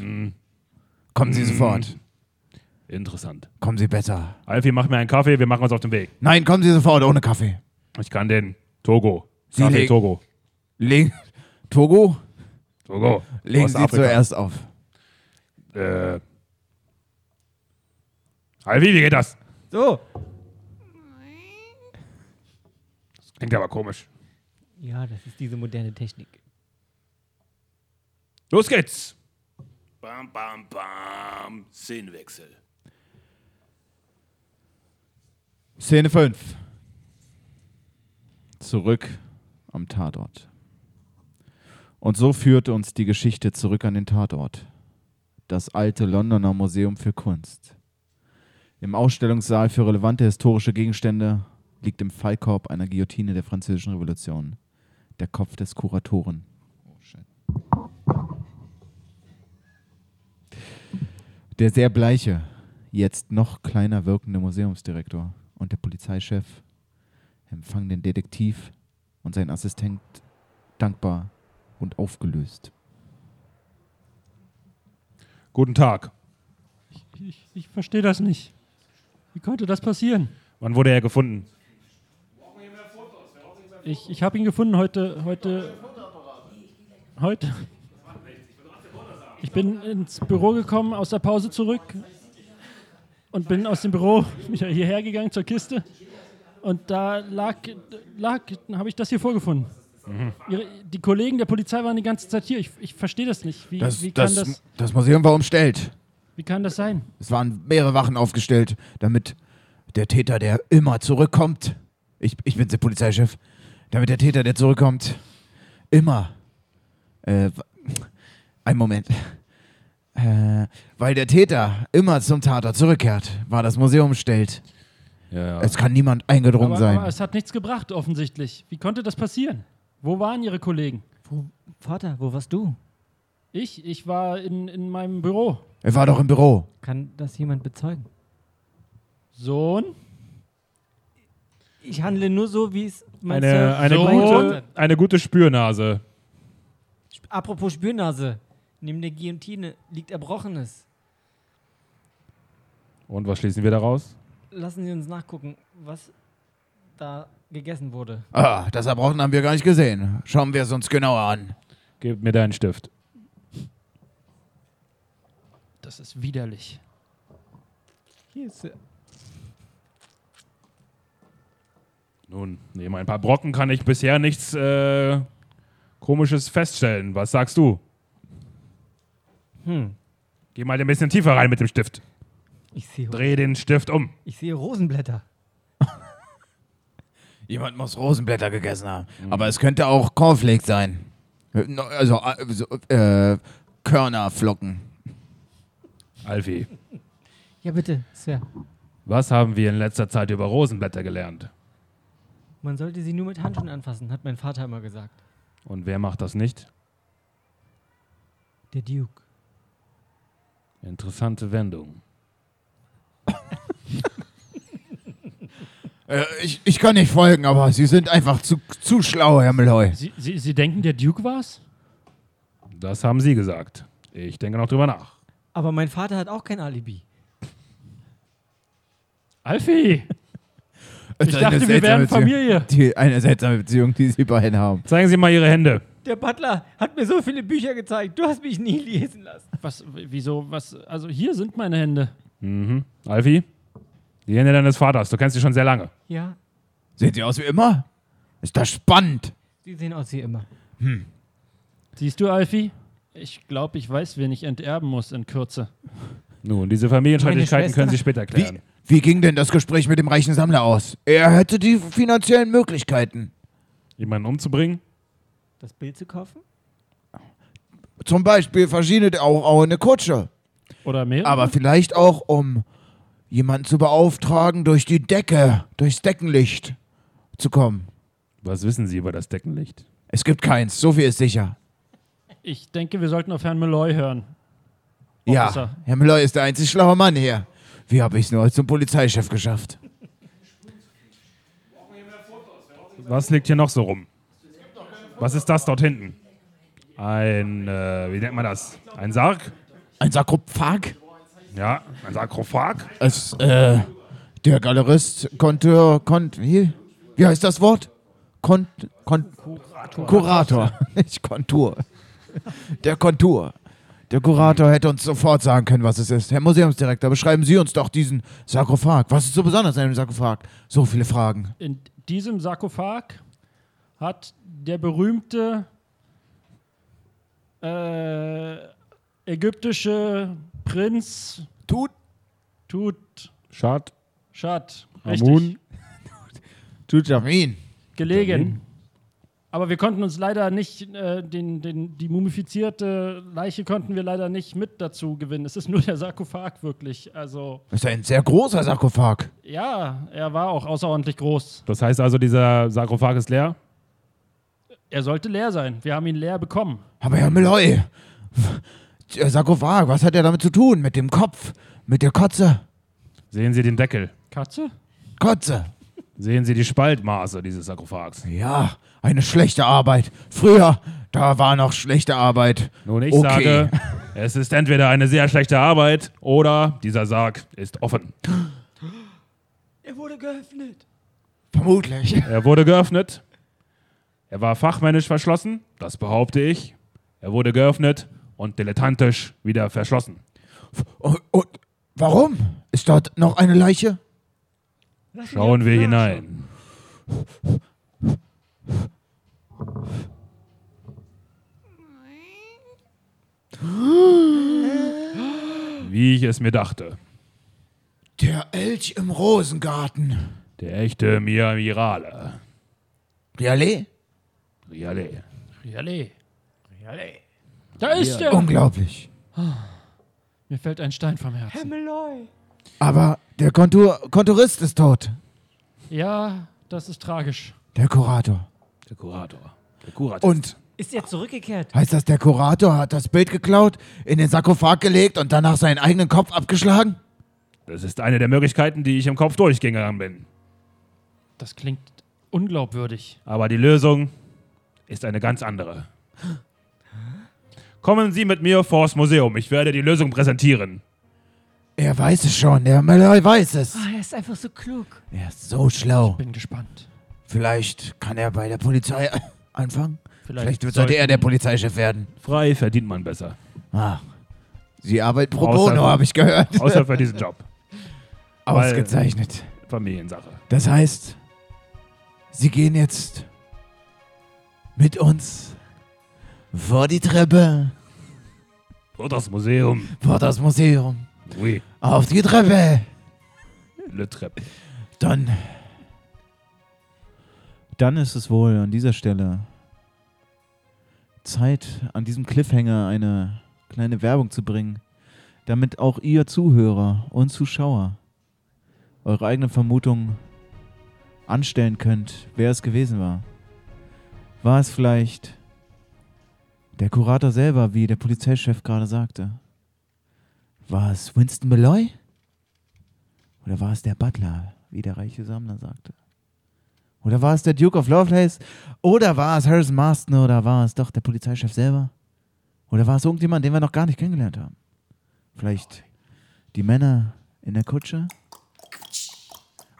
[SPEAKER 2] Kommen Sie
[SPEAKER 8] Hm.
[SPEAKER 2] sofort.
[SPEAKER 8] Interessant.
[SPEAKER 2] Kommen Sie besser.
[SPEAKER 8] Alfie, mach mir einen Kaffee, wir machen uns auf den Weg.
[SPEAKER 2] Nein, kommen Sie sofort ohne Kaffee.
[SPEAKER 8] Ich kann den Togo.
[SPEAKER 2] Sie
[SPEAKER 8] Kaffee
[SPEAKER 2] legen-
[SPEAKER 8] Togo.
[SPEAKER 2] Legen. Togo?
[SPEAKER 8] Togo.
[SPEAKER 2] Legen
[SPEAKER 8] Aus
[SPEAKER 2] Sie
[SPEAKER 8] Afrika.
[SPEAKER 2] zuerst auf.
[SPEAKER 8] Äh. Alvi, wie geht das?
[SPEAKER 11] So.
[SPEAKER 8] Das klingt aber komisch.
[SPEAKER 9] Ja, das ist diese moderne Technik.
[SPEAKER 8] Los geht's!
[SPEAKER 12] Bam, bam, bam. Szenenwechsel.
[SPEAKER 5] Szene 5. Zurück am Tatort. Und so führte uns die Geschichte zurück an den Tatort. Das alte Londoner Museum für Kunst. Im Ausstellungssaal für relevante historische Gegenstände liegt im Fallkorb einer Guillotine der Französischen Revolution der Kopf des Kuratoren. Der sehr bleiche, jetzt noch kleiner wirkende Museumsdirektor und der Polizeichef empfangen den Detektiv und seinen Assistent dankbar und aufgelöst.
[SPEAKER 8] Guten Tag.
[SPEAKER 3] Ich, ich verstehe das nicht. Wie konnte das passieren?
[SPEAKER 8] Wann wurde er gefunden?
[SPEAKER 3] Ich, ich habe ihn gefunden heute, heute, heute. Ich bin ins Büro gekommen, aus der Pause zurück und bin aus dem Büro *laughs* wieder hierher gegangen zur Kiste. Und da lag, lag habe ich das hier vorgefunden.
[SPEAKER 2] Mhm.
[SPEAKER 3] Ihre, die Kollegen der Polizei waren die ganze Zeit hier. Ich, ich verstehe das nicht. Wie,
[SPEAKER 2] Das,
[SPEAKER 3] wie, kann
[SPEAKER 2] das,
[SPEAKER 3] das,
[SPEAKER 2] das, Museum war umstellt.
[SPEAKER 3] wie kann das sein?
[SPEAKER 2] Es waren mehrere Wachen aufgestellt, damit der Täter, der immer zurückkommt, ich, ich bin der Polizeichef, damit der Täter, der zurückkommt, immer. Äh, ein Moment. Äh, weil der Täter immer zum Tatort zurückkehrt, war das Museum umstellt. Es kann niemand eingedrungen
[SPEAKER 3] aber,
[SPEAKER 2] sein.
[SPEAKER 3] aber es hat nichts gebracht, offensichtlich. Wie konnte das passieren? Wo waren Ihre Kollegen?
[SPEAKER 9] Vater, wo warst du?
[SPEAKER 3] Ich? Ich war in, in meinem Büro.
[SPEAKER 2] er war doch im Büro.
[SPEAKER 9] Kann das jemand bezeugen?
[SPEAKER 3] Sohn?
[SPEAKER 9] Ich handle nur so, wie es mein
[SPEAKER 8] Eine,
[SPEAKER 9] Sir-
[SPEAKER 8] eine,
[SPEAKER 9] mein Sohn-
[SPEAKER 8] gute, eine gute Spürnase.
[SPEAKER 9] Apropos Spürnase. Neben der Guillotine liegt Erbrochenes.
[SPEAKER 8] Und was schließen wir daraus?
[SPEAKER 9] Lassen Sie uns nachgucken, was da gegessen wurde.
[SPEAKER 2] Ah, das Erbrochen haben wir gar nicht gesehen. Schauen wir es uns genauer an.
[SPEAKER 8] Gib mir deinen Stift.
[SPEAKER 3] Das ist widerlich.
[SPEAKER 9] Hier ist er.
[SPEAKER 8] Nun, neben ein paar Brocken kann ich bisher nichts äh, Komisches feststellen. Was sagst du?
[SPEAKER 9] Hm.
[SPEAKER 8] Geh mal ein bisschen tiefer rein mit dem Stift.
[SPEAKER 9] Ich sehe
[SPEAKER 8] Dreh den Stift um.
[SPEAKER 9] Ich sehe Rosenblätter.
[SPEAKER 2] Jemand muss Rosenblätter gegessen haben.
[SPEAKER 3] Mhm.
[SPEAKER 2] Aber es könnte auch Cornflakes sein. Äh, no- Also, äh, so, äh, Körnerflocken.
[SPEAKER 8] Alfie,
[SPEAKER 9] Ja, bitte, Sir.
[SPEAKER 8] was haben wir in letzter Zeit über Rosenblätter gelernt?
[SPEAKER 9] Man sollte sie nur mit Handschuhen anfassen, hat mein Vater immer gesagt.
[SPEAKER 8] Und wer macht das nicht?
[SPEAKER 9] Der Duke.
[SPEAKER 8] Interessante Wendung.
[SPEAKER 2] Äh, ich, ich kann nicht folgen, aber Sie sind einfach zu, zu schlau, Herr Meloy.
[SPEAKER 3] Sie, Sie, Sie denken, der Duke war's?
[SPEAKER 8] Das haben Sie gesagt. Ich denke noch drüber nach.
[SPEAKER 9] Aber mein Vater hat auch kein Alibi.
[SPEAKER 3] Alfie! Ich dachte, wir
[SPEAKER 2] seltsame
[SPEAKER 3] wären
[SPEAKER 2] Beziehung.
[SPEAKER 3] Familie.
[SPEAKER 2] Die, eine seltsame Beziehung, die sie beiden haben.
[SPEAKER 8] Zeigen Sie mal Ihre Hände.
[SPEAKER 9] Der Butler hat mir so viele Bücher gezeigt. Du hast mich nie lesen lassen.
[SPEAKER 3] Was, wieso, was, also hier sind meine Hände.
[SPEAKER 8] Mhm. Alfie, die Hände deines Vaters. Du kennst sie schon sehr lange.
[SPEAKER 9] Ja,
[SPEAKER 2] Sehen sie aus wie immer? Ist das spannend?
[SPEAKER 13] Die sehen aus wie immer.
[SPEAKER 3] Siehst du, Alfie? Ich glaube, ich weiß, wen ich enterben muss in Kürze.
[SPEAKER 8] Nun, diese Familienstreitigkeiten
[SPEAKER 3] Schwester.
[SPEAKER 8] können Sie später klären.
[SPEAKER 2] Wie ging denn das Gespräch mit dem reichen Sammler aus? Er hätte die finanziellen Möglichkeiten.
[SPEAKER 8] Jemanden umzubringen?
[SPEAKER 9] das Bild zu kaufen?
[SPEAKER 2] Zum Beispiel verschiedet auch, auch eine Kutsche.
[SPEAKER 3] Oder mehrere?
[SPEAKER 2] Aber vielleicht auch, um jemanden zu beauftragen, durch die Decke, durchs Deckenlicht zu kommen.
[SPEAKER 8] Was wissen Sie über das Deckenlicht?
[SPEAKER 2] Es gibt keins, so viel ist sicher.
[SPEAKER 3] Ich denke, wir sollten auf Herrn Malloy hören. Oh, also.
[SPEAKER 2] ja, Herr Müller ist der einzig schlaue Mann hier. Wie habe ich es nur zum Polizeichef geschafft?
[SPEAKER 8] Was liegt hier noch so rum? Was ist das dort hinten? Ein, äh, wie nennt man das? Ein Sarg?
[SPEAKER 2] Ein Sarkophag?
[SPEAKER 8] Ja, ein Sarkophag.
[SPEAKER 2] Es, äh, der Galerist Konteur, Kont, wie, wie heißt das Wort? Kont, Kont, Kurator. *laughs* Nicht Kontur. Der Kontur. Der Kurator hätte uns sofort sagen können, was es ist. Herr Museumsdirektor, beschreiben Sie uns doch diesen Sarkophag. Was ist so besonders an einem Sarkophag? So viele Fragen.
[SPEAKER 3] In diesem Sarkophag hat der berühmte äh, ägyptische Prinz
[SPEAKER 2] Tut
[SPEAKER 3] Tut
[SPEAKER 8] Schad.
[SPEAKER 3] Schad
[SPEAKER 8] Amun.
[SPEAKER 3] richtig
[SPEAKER 2] Tujamin.
[SPEAKER 3] gelegen. Aber wir konnten uns leider nicht äh, den, den, die mumifizierte Leiche konnten wir leider nicht mit dazu gewinnen. Es ist nur der Sarkophag wirklich. Also
[SPEAKER 2] Das ist ein sehr großer Sarkophag.
[SPEAKER 3] ja, er war auch außerordentlich groß.
[SPEAKER 8] Das heißt also, dieser Sarkophag ist leer?
[SPEAKER 3] Er sollte leer sein. Wir haben ihn leer bekommen.
[SPEAKER 2] Aber Herr Meloy, der Sarkophag, was hat er damit zu tun? Mit dem Kopf? Mit der Kotze?
[SPEAKER 8] Sehen Sie den Deckel?
[SPEAKER 3] Katze?
[SPEAKER 2] Kotze.
[SPEAKER 8] Sehen Sie die Spaltmaße dieses Sarkophags?
[SPEAKER 2] Ja, eine schlechte Arbeit. Früher, da war noch schlechte Arbeit.
[SPEAKER 8] Nun, ich sage, es ist entweder eine sehr schlechte Arbeit oder dieser Sarg ist offen.
[SPEAKER 9] Er wurde geöffnet.
[SPEAKER 2] Vermutlich.
[SPEAKER 8] Er wurde geöffnet. Er war fachmännisch verschlossen, das behaupte ich. Er wurde geöffnet und dilettantisch wieder verschlossen.
[SPEAKER 2] Und, und warum? Ist dort noch eine Leiche?
[SPEAKER 8] Schauen wir hinein. Wie ich es mir dachte.
[SPEAKER 2] Der Elch im Rosengarten.
[SPEAKER 8] Der echte Mia Mirale.
[SPEAKER 2] Riale?
[SPEAKER 8] Riale.
[SPEAKER 3] Riale. Riale. Da ist er.
[SPEAKER 2] Unglaublich.
[SPEAKER 3] Mir fällt ein Stein vom Herzen.
[SPEAKER 9] Meloy.
[SPEAKER 2] Aber der Kontur Konturist ist tot.
[SPEAKER 3] Ja, das ist tragisch.
[SPEAKER 2] Der Kurator.
[SPEAKER 8] Der Kurator. Der Kurator.
[SPEAKER 2] Und
[SPEAKER 9] Ist er zurückgekehrt?
[SPEAKER 2] heißt das, der Kurator hat das Bild geklaut, in den Sarkophag gelegt und danach seinen eigenen Kopf abgeschlagen?
[SPEAKER 8] Das ist eine der Möglichkeiten, die ich im Kopf durchgegangen bin.
[SPEAKER 3] Das klingt unglaubwürdig.
[SPEAKER 8] Aber die Lösung ist eine ganz andere. Kommen Sie mit mir vors Museum. Ich werde die Lösung präsentieren.
[SPEAKER 2] Er weiß es schon, der Meloy weiß es.
[SPEAKER 9] Ah, er ist einfach so klug.
[SPEAKER 2] Er ist so schlau.
[SPEAKER 3] Bin gespannt.
[SPEAKER 2] Vielleicht kann er bei der Polizei anfangen. Vielleicht,
[SPEAKER 8] sollten-
[SPEAKER 2] sollte er der Polizeichef werden.
[SPEAKER 8] Frei verdient man besser.
[SPEAKER 2] Ah, sie arbeitet pro
[SPEAKER 8] Außer-
[SPEAKER 2] bono, habe ich gehört.
[SPEAKER 8] Außer für diesen Job. *laughs* weil-
[SPEAKER 2] Ausgezeichnet.
[SPEAKER 8] Familiensache.
[SPEAKER 2] Das heißt, sie gehen jetzt mit uns vor die Treppe,
[SPEAKER 8] Vor das Museum.
[SPEAKER 2] vor das Museum,
[SPEAKER 8] Oui,
[SPEAKER 2] auf die Treppe.
[SPEAKER 8] le Treppe.
[SPEAKER 2] Dann
[SPEAKER 5] Dann ist es wohl an dieser Stelle Zeit, an diesem Cliffhanger eine kleine Werbung zu bringen, damit auch ihr Zuhörer und Zuschauer eure eigenen Vermutungen anstellen könnt, wer es gewesen war. War es vielleicht der Kurator selber, wie der Polizeichef gerade sagte? War es Winston Malloy? Oder war es der Butler, wie der reiche Sammler sagte? Oder war es der Duke of Lovelace? Oder war es Harrison Marston? Oder war es doch der Polizeichef selber? Oder war es irgendjemand, den wir noch gar nicht kennengelernt haben? Vielleicht die Männer in der Kutsche?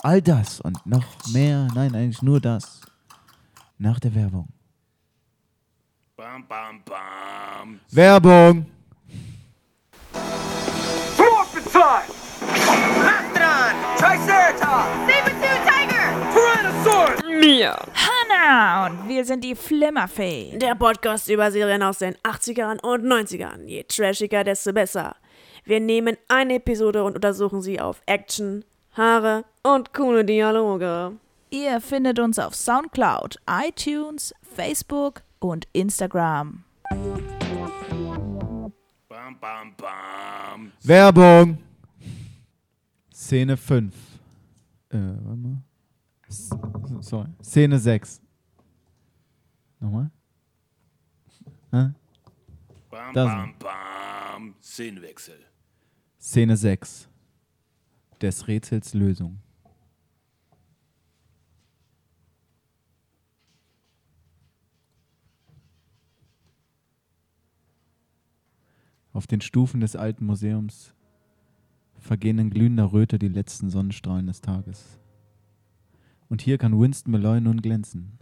[SPEAKER 2] all das und noch mehr. Nein, eigentlich nur das. Nach der Werbung.
[SPEAKER 14] Bam, bam, bam.
[SPEAKER 2] Werbung!
[SPEAKER 7] Fluorpizide! Raptron! Triceratops! Sabertooth Tiger! Tyrannosaurus!
[SPEAKER 15] Mia.
[SPEAKER 16] Hanna und wir sind die Flimmerfee.
[SPEAKER 15] Der Podcast über Serien aus den 80ern und 90ern. Je trashiger, desto besser. Wir nehmen eine Episode und untersuchen sie auf Action, Haare und coole Dialoge.
[SPEAKER 16] Ihr findet uns auf Soundcloud, iTunes, Facebook und Instagram.
[SPEAKER 14] Bam, bam, bam.
[SPEAKER 5] Werbung! Szene 5. Äh, warte mal. S sorry. Szene 6. Nochmal? Hä?
[SPEAKER 14] Bam,
[SPEAKER 5] Da
[SPEAKER 14] bam, bam. Szenenwechsel.
[SPEAKER 5] Szene 6. Des Rätsels Lösung. Auf den Stufen des alten Museums vergehen in glühender Röte die letzten Sonnenstrahlen des Tages. Und hier kann Winston Malloy nun glänzen.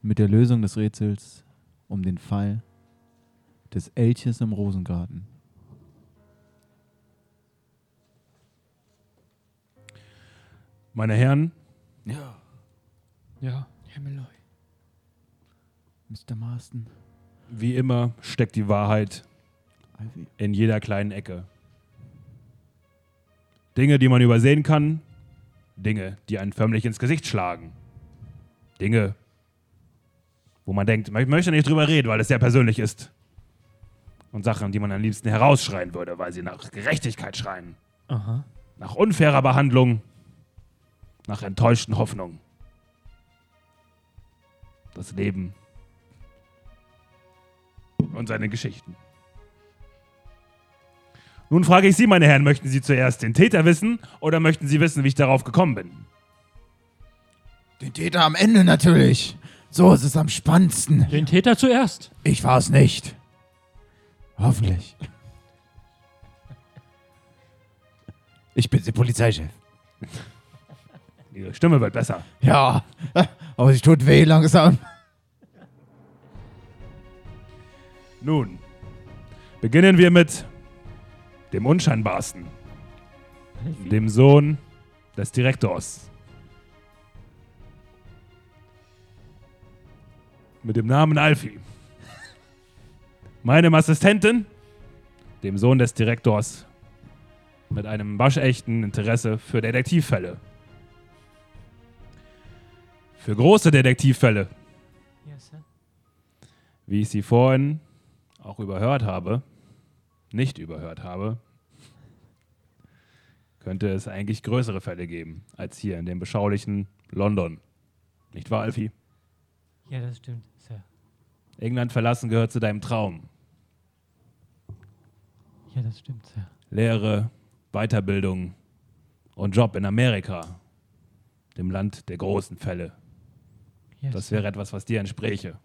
[SPEAKER 5] Mit der Lösung des Rätsels um den Fall des Elches im Rosengarten.
[SPEAKER 8] Meine Herren,
[SPEAKER 2] Ja.
[SPEAKER 9] Ja.
[SPEAKER 5] Mr. Marston.
[SPEAKER 8] wie immer steckt die Wahrheit in jeder kleinen Ecke. Dinge, die man übersehen kann, Dinge, die einen förmlich ins Gesicht schlagen. Dinge, wo man denkt, man möchte nicht drüber reden, weil es sehr persönlich ist. Und Sachen, die man am liebsten herausschreien würde, weil sie nach Gerechtigkeit schreien.
[SPEAKER 9] Aha.
[SPEAKER 8] nach unfairer Behandlung, nach enttäuschten Hoffnungen. Das Leben und seine Geschichten. Nun frage ich Sie, meine Herren, möchten Sie zuerst den Täter wissen oder möchten Sie wissen, wie ich darauf gekommen bin?
[SPEAKER 2] Den Täter am Ende natürlich. So ist es am spannendsten.
[SPEAKER 3] Den Täter zuerst.
[SPEAKER 2] Ich war es nicht. Hoffentlich. Ich bin der Polizeichef.
[SPEAKER 8] Ihre Stimme wird besser.
[SPEAKER 2] Ja, aber sie tut weh langsam.
[SPEAKER 8] Nun, beginnen wir mit dem unscheinbarsten, dem Sohn des Direktors. Mit dem Namen Alfie. Meinem Assistentin, dem Sohn des Direktors, mit einem waschechten Interesse für Detektivfälle. Für große Detektivfälle
[SPEAKER 9] Ja, Sir.
[SPEAKER 8] wie ich sie vorhin auch überhört habe, nicht überhört habe, könnte es eigentlich größere Fälle geben als hier in dem beschaulichen London. Nicht wahr, Alfie?
[SPEAKER 9] Ja, das stimmt, Sir.
[SPEAKER 8] England verlassen gehört zu deinem Traum.
[SPEAKER 9] Ja, das stimmt, Sir.
[SPEAKER 8] Lehre, Weiterbildung und Job in Amerika, dem Land der großen Fälle.
[SPEAKER 9] Yes.
[SPEAKER 8] Das wäre etwas, was dir entspräche.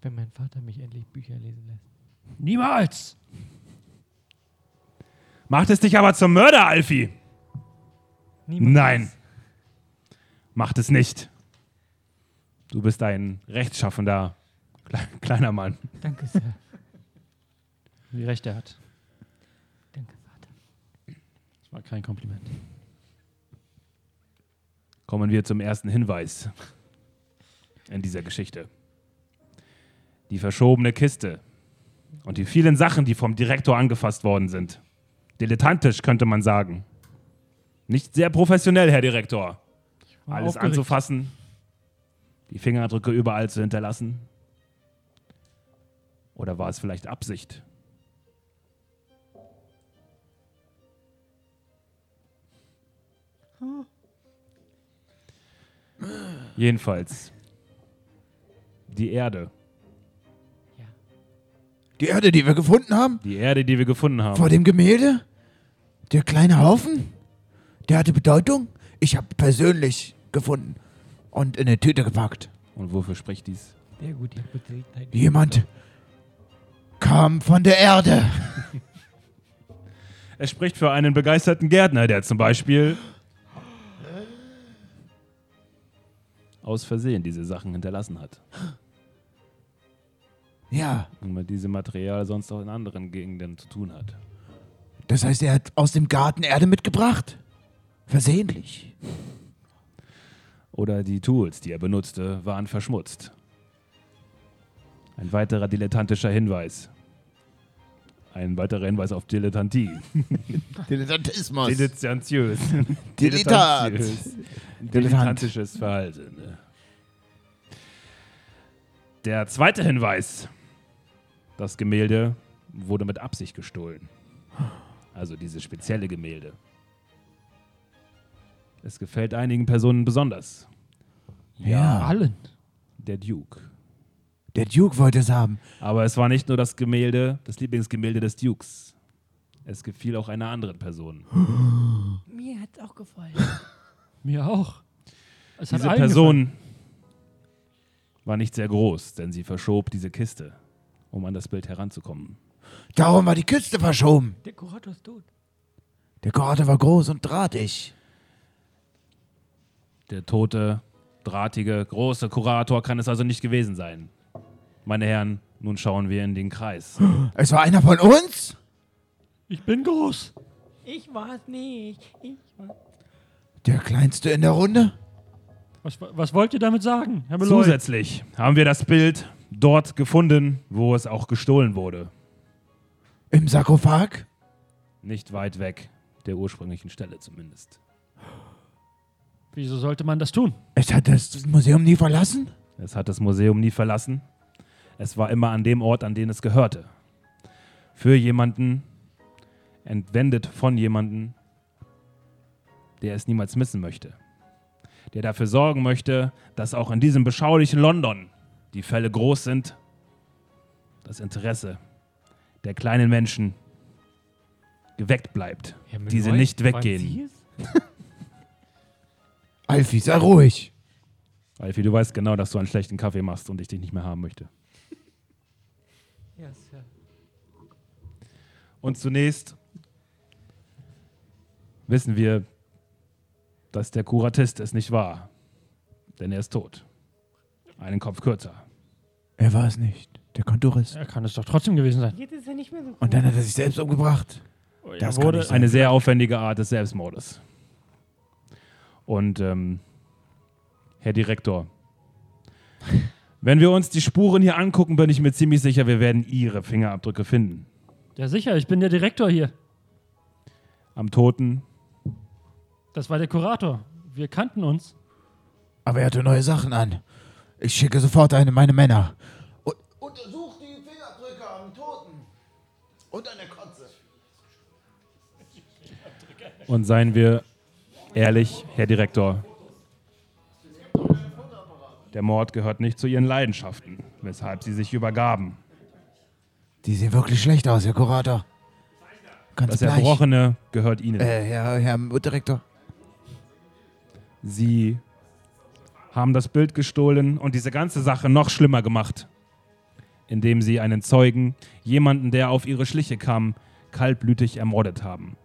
[SPEAKER 9] Wenn mein Vater mich endlich Bücher lesen lässt.
[SPEAKER 8] Niemals! Macht es dich aber zum Mörder, Alfie!
[SPEAKER 9] Niemals.
[SPEAKER 8] Nein! Macht es nicht! Du bist ein rechtschaffender kle- kleiner Mann.
[SPEAKER 9] Danke, Sir.
[SPEAKER 3] Wie recht er hat.
[SPEAKER 9] Danke,
[SPEAKER 3] Vater. Das war kein Kompliment.
[SPEAKER 8] Kommen wir zum ersten Hinweis in dieser Geschichte. Die verschobene Kiste und die vielen Sachen, die vom Direktor angefasst worden sind. Dilettantisch könnte man sagen. Nicht sehr professionell, Herr Direktor.
[SPEAKER 3] war
[SPEAKER 8] Alles
[SPEAKER 3] aufgeregt.
[SPEAKER 8] anzufassen, die Fingerabdrücke überall zu hinterlassen. Oder war es vielleicht Absicht?
[SPEAKER 3] Hm.
[SPEAKER 8] Jedenfalls. Die Erde.
[SPEAKER 2] Die Erde, die wir gefunden haben?
[SPEAKER 8] Die Erde, die wir gefunden haben.
[SPEAKER 2] Vor dem Gemälde? Der kleine Haufen? Der hatte Bedeutung? Ich habe persönlich gefunden und in eine Tüte gepackt.
[SPEAKER 8] Und wofür spricht dies?
[SPEAKER 9] Sehr gut, ihr Betrieb.
[SPEAKER 2] Jemand kam von der Erde.
[SPEAKER 8] Es spricht für einen begeisterten Gärtner, der zum Beispiel aus Versehen diese Sachen hinterlassen hat.
[SPEAKER 2] Ja.
[SPEAKER 8] Und mit diesem Material sonst auch in anderen Gegenden zu tun hat.
[SPEAKER 2] Das heißt, er hat aus dem Garten Erde mitgebracht. Versehentlich.
[SPEAKER 8] Oder die Tools, die er benutzte, waren verschmutzt. Ein weiterer dilettantischer Hinweis. Ein weiterer Hinweis auf Dilettantie.
[SPEAKER 2] Dilettantismus.
[SPEAKER 8] Dilettantiös.
[SPEAKER 2] Dilettant.
[SPEAKER 8] Dilettantiös.
[SPEAKER 2] Dilettant.
[SPEAKER 8] Dilettantisches Verhalten. ne? Der zweite Hinweis. Das Gemälde wurde mit Absicht gestohlen. Also dieses spezielle Gemälde. Es gefällt einigen Personen besonders.
[SPEAKER 2] Ja.
[SPEAKER 8] Allen. Der Duke.
[SPEAKER 2] Der Duke wollte es haben.
[SPEAKER 8] Aber es war nicht nur das Gemälde, das Lieblingsgemälde des Dukes. Es gefiel auch einer anderen Person.
[SPEAKER 17] Mir hat's auch gefallen.
[SPEAKER 3] Mir auch. Es hat
[SPEAKER 8] diese
[SPEAKER 3] allen
[SPEAKER 8] Person
[SPEAKER 3] gefallen.
[SPEAKER 8] war nicht sehr groß, denn sie verschob diese Kiste, um an das Bild heranzukommen.
[SPEAKER 2] Darum war die Kiste verschoben.
[SPEAKER 9] Der Kurator ist tot.
[SPEAKER 2] Der Garten war groß und drahtig.
[SPEAKER 8] Der tote, drahtige, große Kurator kann es also nicht gewesen sein. Meine Herren, nun schauen wir in den Kreis.
[SPEAKER 2] Es war einer von uns?
[SPEAKER 3] Ich bin groß.
[SPEAKER 9] Ich war's nicht. Ich war
[SPEAKER 2] Der kleinste in der Runde?
[SPEAKER 3] Was, was wollt ihr damit sagen, Herr Meloy?
[SPEAKER 8] Zusätzlich haben wir das Bild dort gefunden, wo es auch gestohlen wurde.
[SPEAKER 2] Im Sarkophag?
[SPEAKER 8] Nicht weit weg der ursprünglichen Stelle zumindest.
[SPEAKER 3] Wieso sollte man das tun?
[SPEAKER 2] Es hat das Museum nie verlassen?
[SPEAKER 8] Es hat das Museum nie verlassen. Es war immer an dem Ort, an den es gehörte. Für jemanden, entwendet von jemanden, der es niemals missen möchte. Der dafür sorgen möchte, dass auch in diesem beschaulichen London die Fälle groß sind. Das Interesse der kleinen Menschen geweckt bleibt, diese
[SPEAKER 9] Meloy,
[SPEAKER 8] nicht
[SPEAKER 9] waren
[SPEAKER 8] weggehen.
[SPEAKER 9] Sie es?
[SPEAKER 2] Alfie, sei ruhig.
[SPEAKER 8] Alfie, du weißt genau, dass du einen schlechten Kaffee machst und ich dich nicht mehr haben möchte.
[SPEAKER 9] Ja, Sir.
[SPEAKER 8] Und zunächst wissen wir, dass der Kuratist es nicht war, denn er ist tot. Einen Kopf kürzer.
[SPEAKER 2] Er war es nicht. Der Kontorist.
[SPEAKER 3] Er kann es doch trotzdem gewesen sein.
[SPEAKER 9] Jetzt ist er nicht mehr so
[SPEAKER 2] Und dann hat er sich selbst umgebracht.
[SPEAKER 3] Er
[SPEAKER 2] Das kann
[SPEAKER 3] wurde-
[SPEAKER 2] nicht sein.
[SPEAKER 8] Oh, eine sehr aufwendige Art des Selbstmordes. Und ähm, Herr Direktor, wenn wir uns die Spuren hier angucken, bin ich mir ziemlich sicher, wir werden Ihre Fingerabdrücke finden.
[SPEAKER 3] Ja, sicher, ich bin der Direktor hier.
[SPEAKER 8] Am Toten.
[SPEAKER 3] Das war der Kurator. Wir kannten uns.
[SPEAKER 2] Aber er hatte neue Sachen an. Ich schicke sofort eine meiner Männer.
[SPEAKER 18] Untersuch die Fingerabdrücke am Toten. Und an der Kotze.
[SPEAKER 8] Und seien wir ehrlich, Herr Direktor, der Mord gehört nicht zu Ihren Leidenschaften, weshalb Sie sich übergaben.
[SPEAKER 2] Die sehen wirklich schlecht aus, Herr Kurator. Ganz
[SPEAKER 8] Das
[SPEAKER 2] bleich.
[SPEAKER 8] Erbrochene gehört Ihnen.
[SPEAKER 2] Äh, Herr, Herr Direktor.
[SPEAKER 8] Sie haben das Bild gestohlen und diese ganze Sache noch schlimmer gemacht, indem sie einen Zeugen, jemanden, der auf ihre Schliche kam, kaltblütig ermordet haben.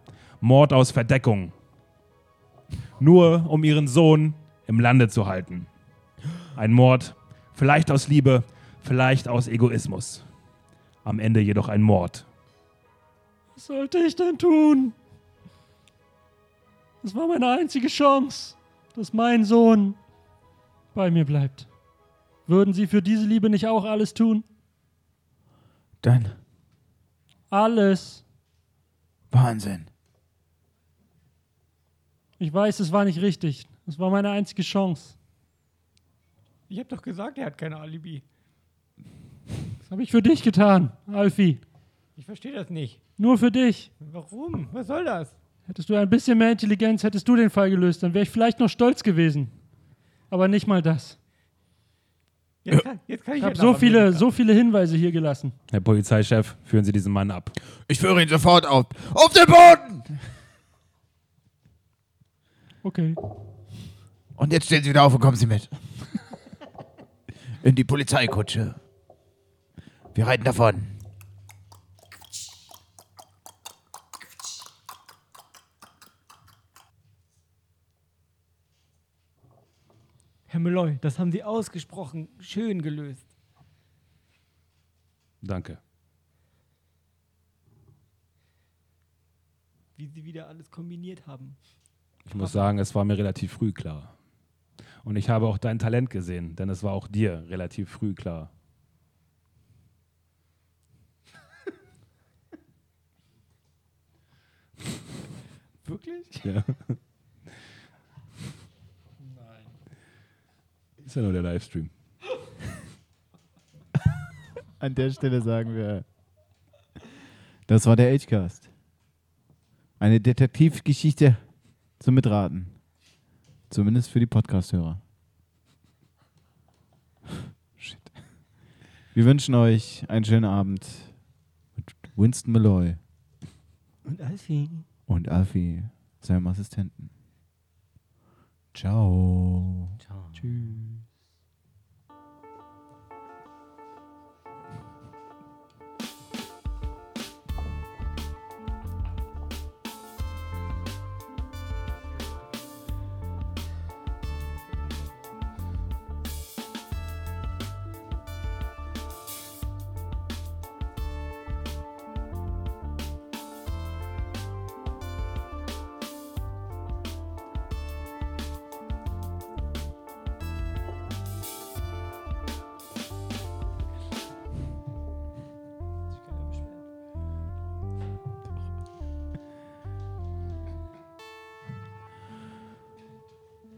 [SPEAKER 8] Mord aus Verdeckung. Nur um ihren Sohn im Lande zu halten. Ein Mord, vielleicht aus Liebe, vielleicht aus Egoismus. Am Ende jedoch ein Mord.
[SPEAKER 3] Was sollte ich denn tun? Das war meine einzige Chance, dass mein Sohn bei mir bleibt. Würden Sie für diese Liebe nicht auch alles tun?
[SPEAKER 2] Dann
[SPEAKER 3] Alles.
[SPEAKER 2] Wahnsinn.
[SPEAKER 3] Ich weiß, es war nicht richtig. Es war meine einzige Chance.
[SPEAKER 9] Ich hab doch gesagt, er hat kein Alibi.
[SPEAKER 3] Das habe ich für dich getan, Alfie.
[SPEAKER 9] Ich verstehe das nicht.
[SPEAKER 3] Nur für dich.
[SPEAKER 9] Warum? Was soll das?
[SPEAKER 3] Hättest du ein bisschen mehr Intelligenz, hättest du den Fall gelöst, dann wäre ich vielleicht noch stolz gewesen. Aber nicht mal das.
[SPEAKER 9] Jetzt kann, jetzt kann ich
[SPEAKER 3] Ich habe
[SPEAKER 9] ja
[SPEAKER 3] so
[SPEAKER 9] nach
[SPEAKER 3] viele,
[SPEAKER 9] Amerika.
[SPEAKER 3] so viele Hinweise hier gelassen.
[SPEAKER 8] Herr Polizeichef, führen Sie diesen Mann ab.
[SPEAKER 2] Ich führe ihn sofort auf. Auf den Boden!
[SPEAKER 3] Okay.
[SPEAKER 2] Und jetzt stehen Sie wieder auf und kommen Sie mit. In die Polizeikutsche. Wir reiten davon.
[SPEAKER 9] Herr Molloy, das haben Sie ausgesprochen schön gelöst.
[SPEAKER 8] Danke.
[SPEAKER 9] Wie Sie wieder alles kombiniert haben.
[SPEAKER 8] Ich muss sagen, es war mir relativ früh klar. Und ich habe auch dein Talent gesehen, denn es war auch dir relativ früh klar.
[SPEAKER 5] Wirklich?
[SPEAKER 8] Ja. Ist ja nur der Livestream.
[SPEAKER 2] An der Stelle sagen wir, das war der Agecast. Eine Detektivgeschichte zum Mitraten. Zumindest für die Podcast-Hörer. Shit. Wir wünschen euch einen schönen Abend mit Winston Malloy
[SPEAKER 9] Und Alfie.
[SPEAKER 2] und Alfie, seinem Assistenten. Ciao.
[SPEAKER 9] Tschüss.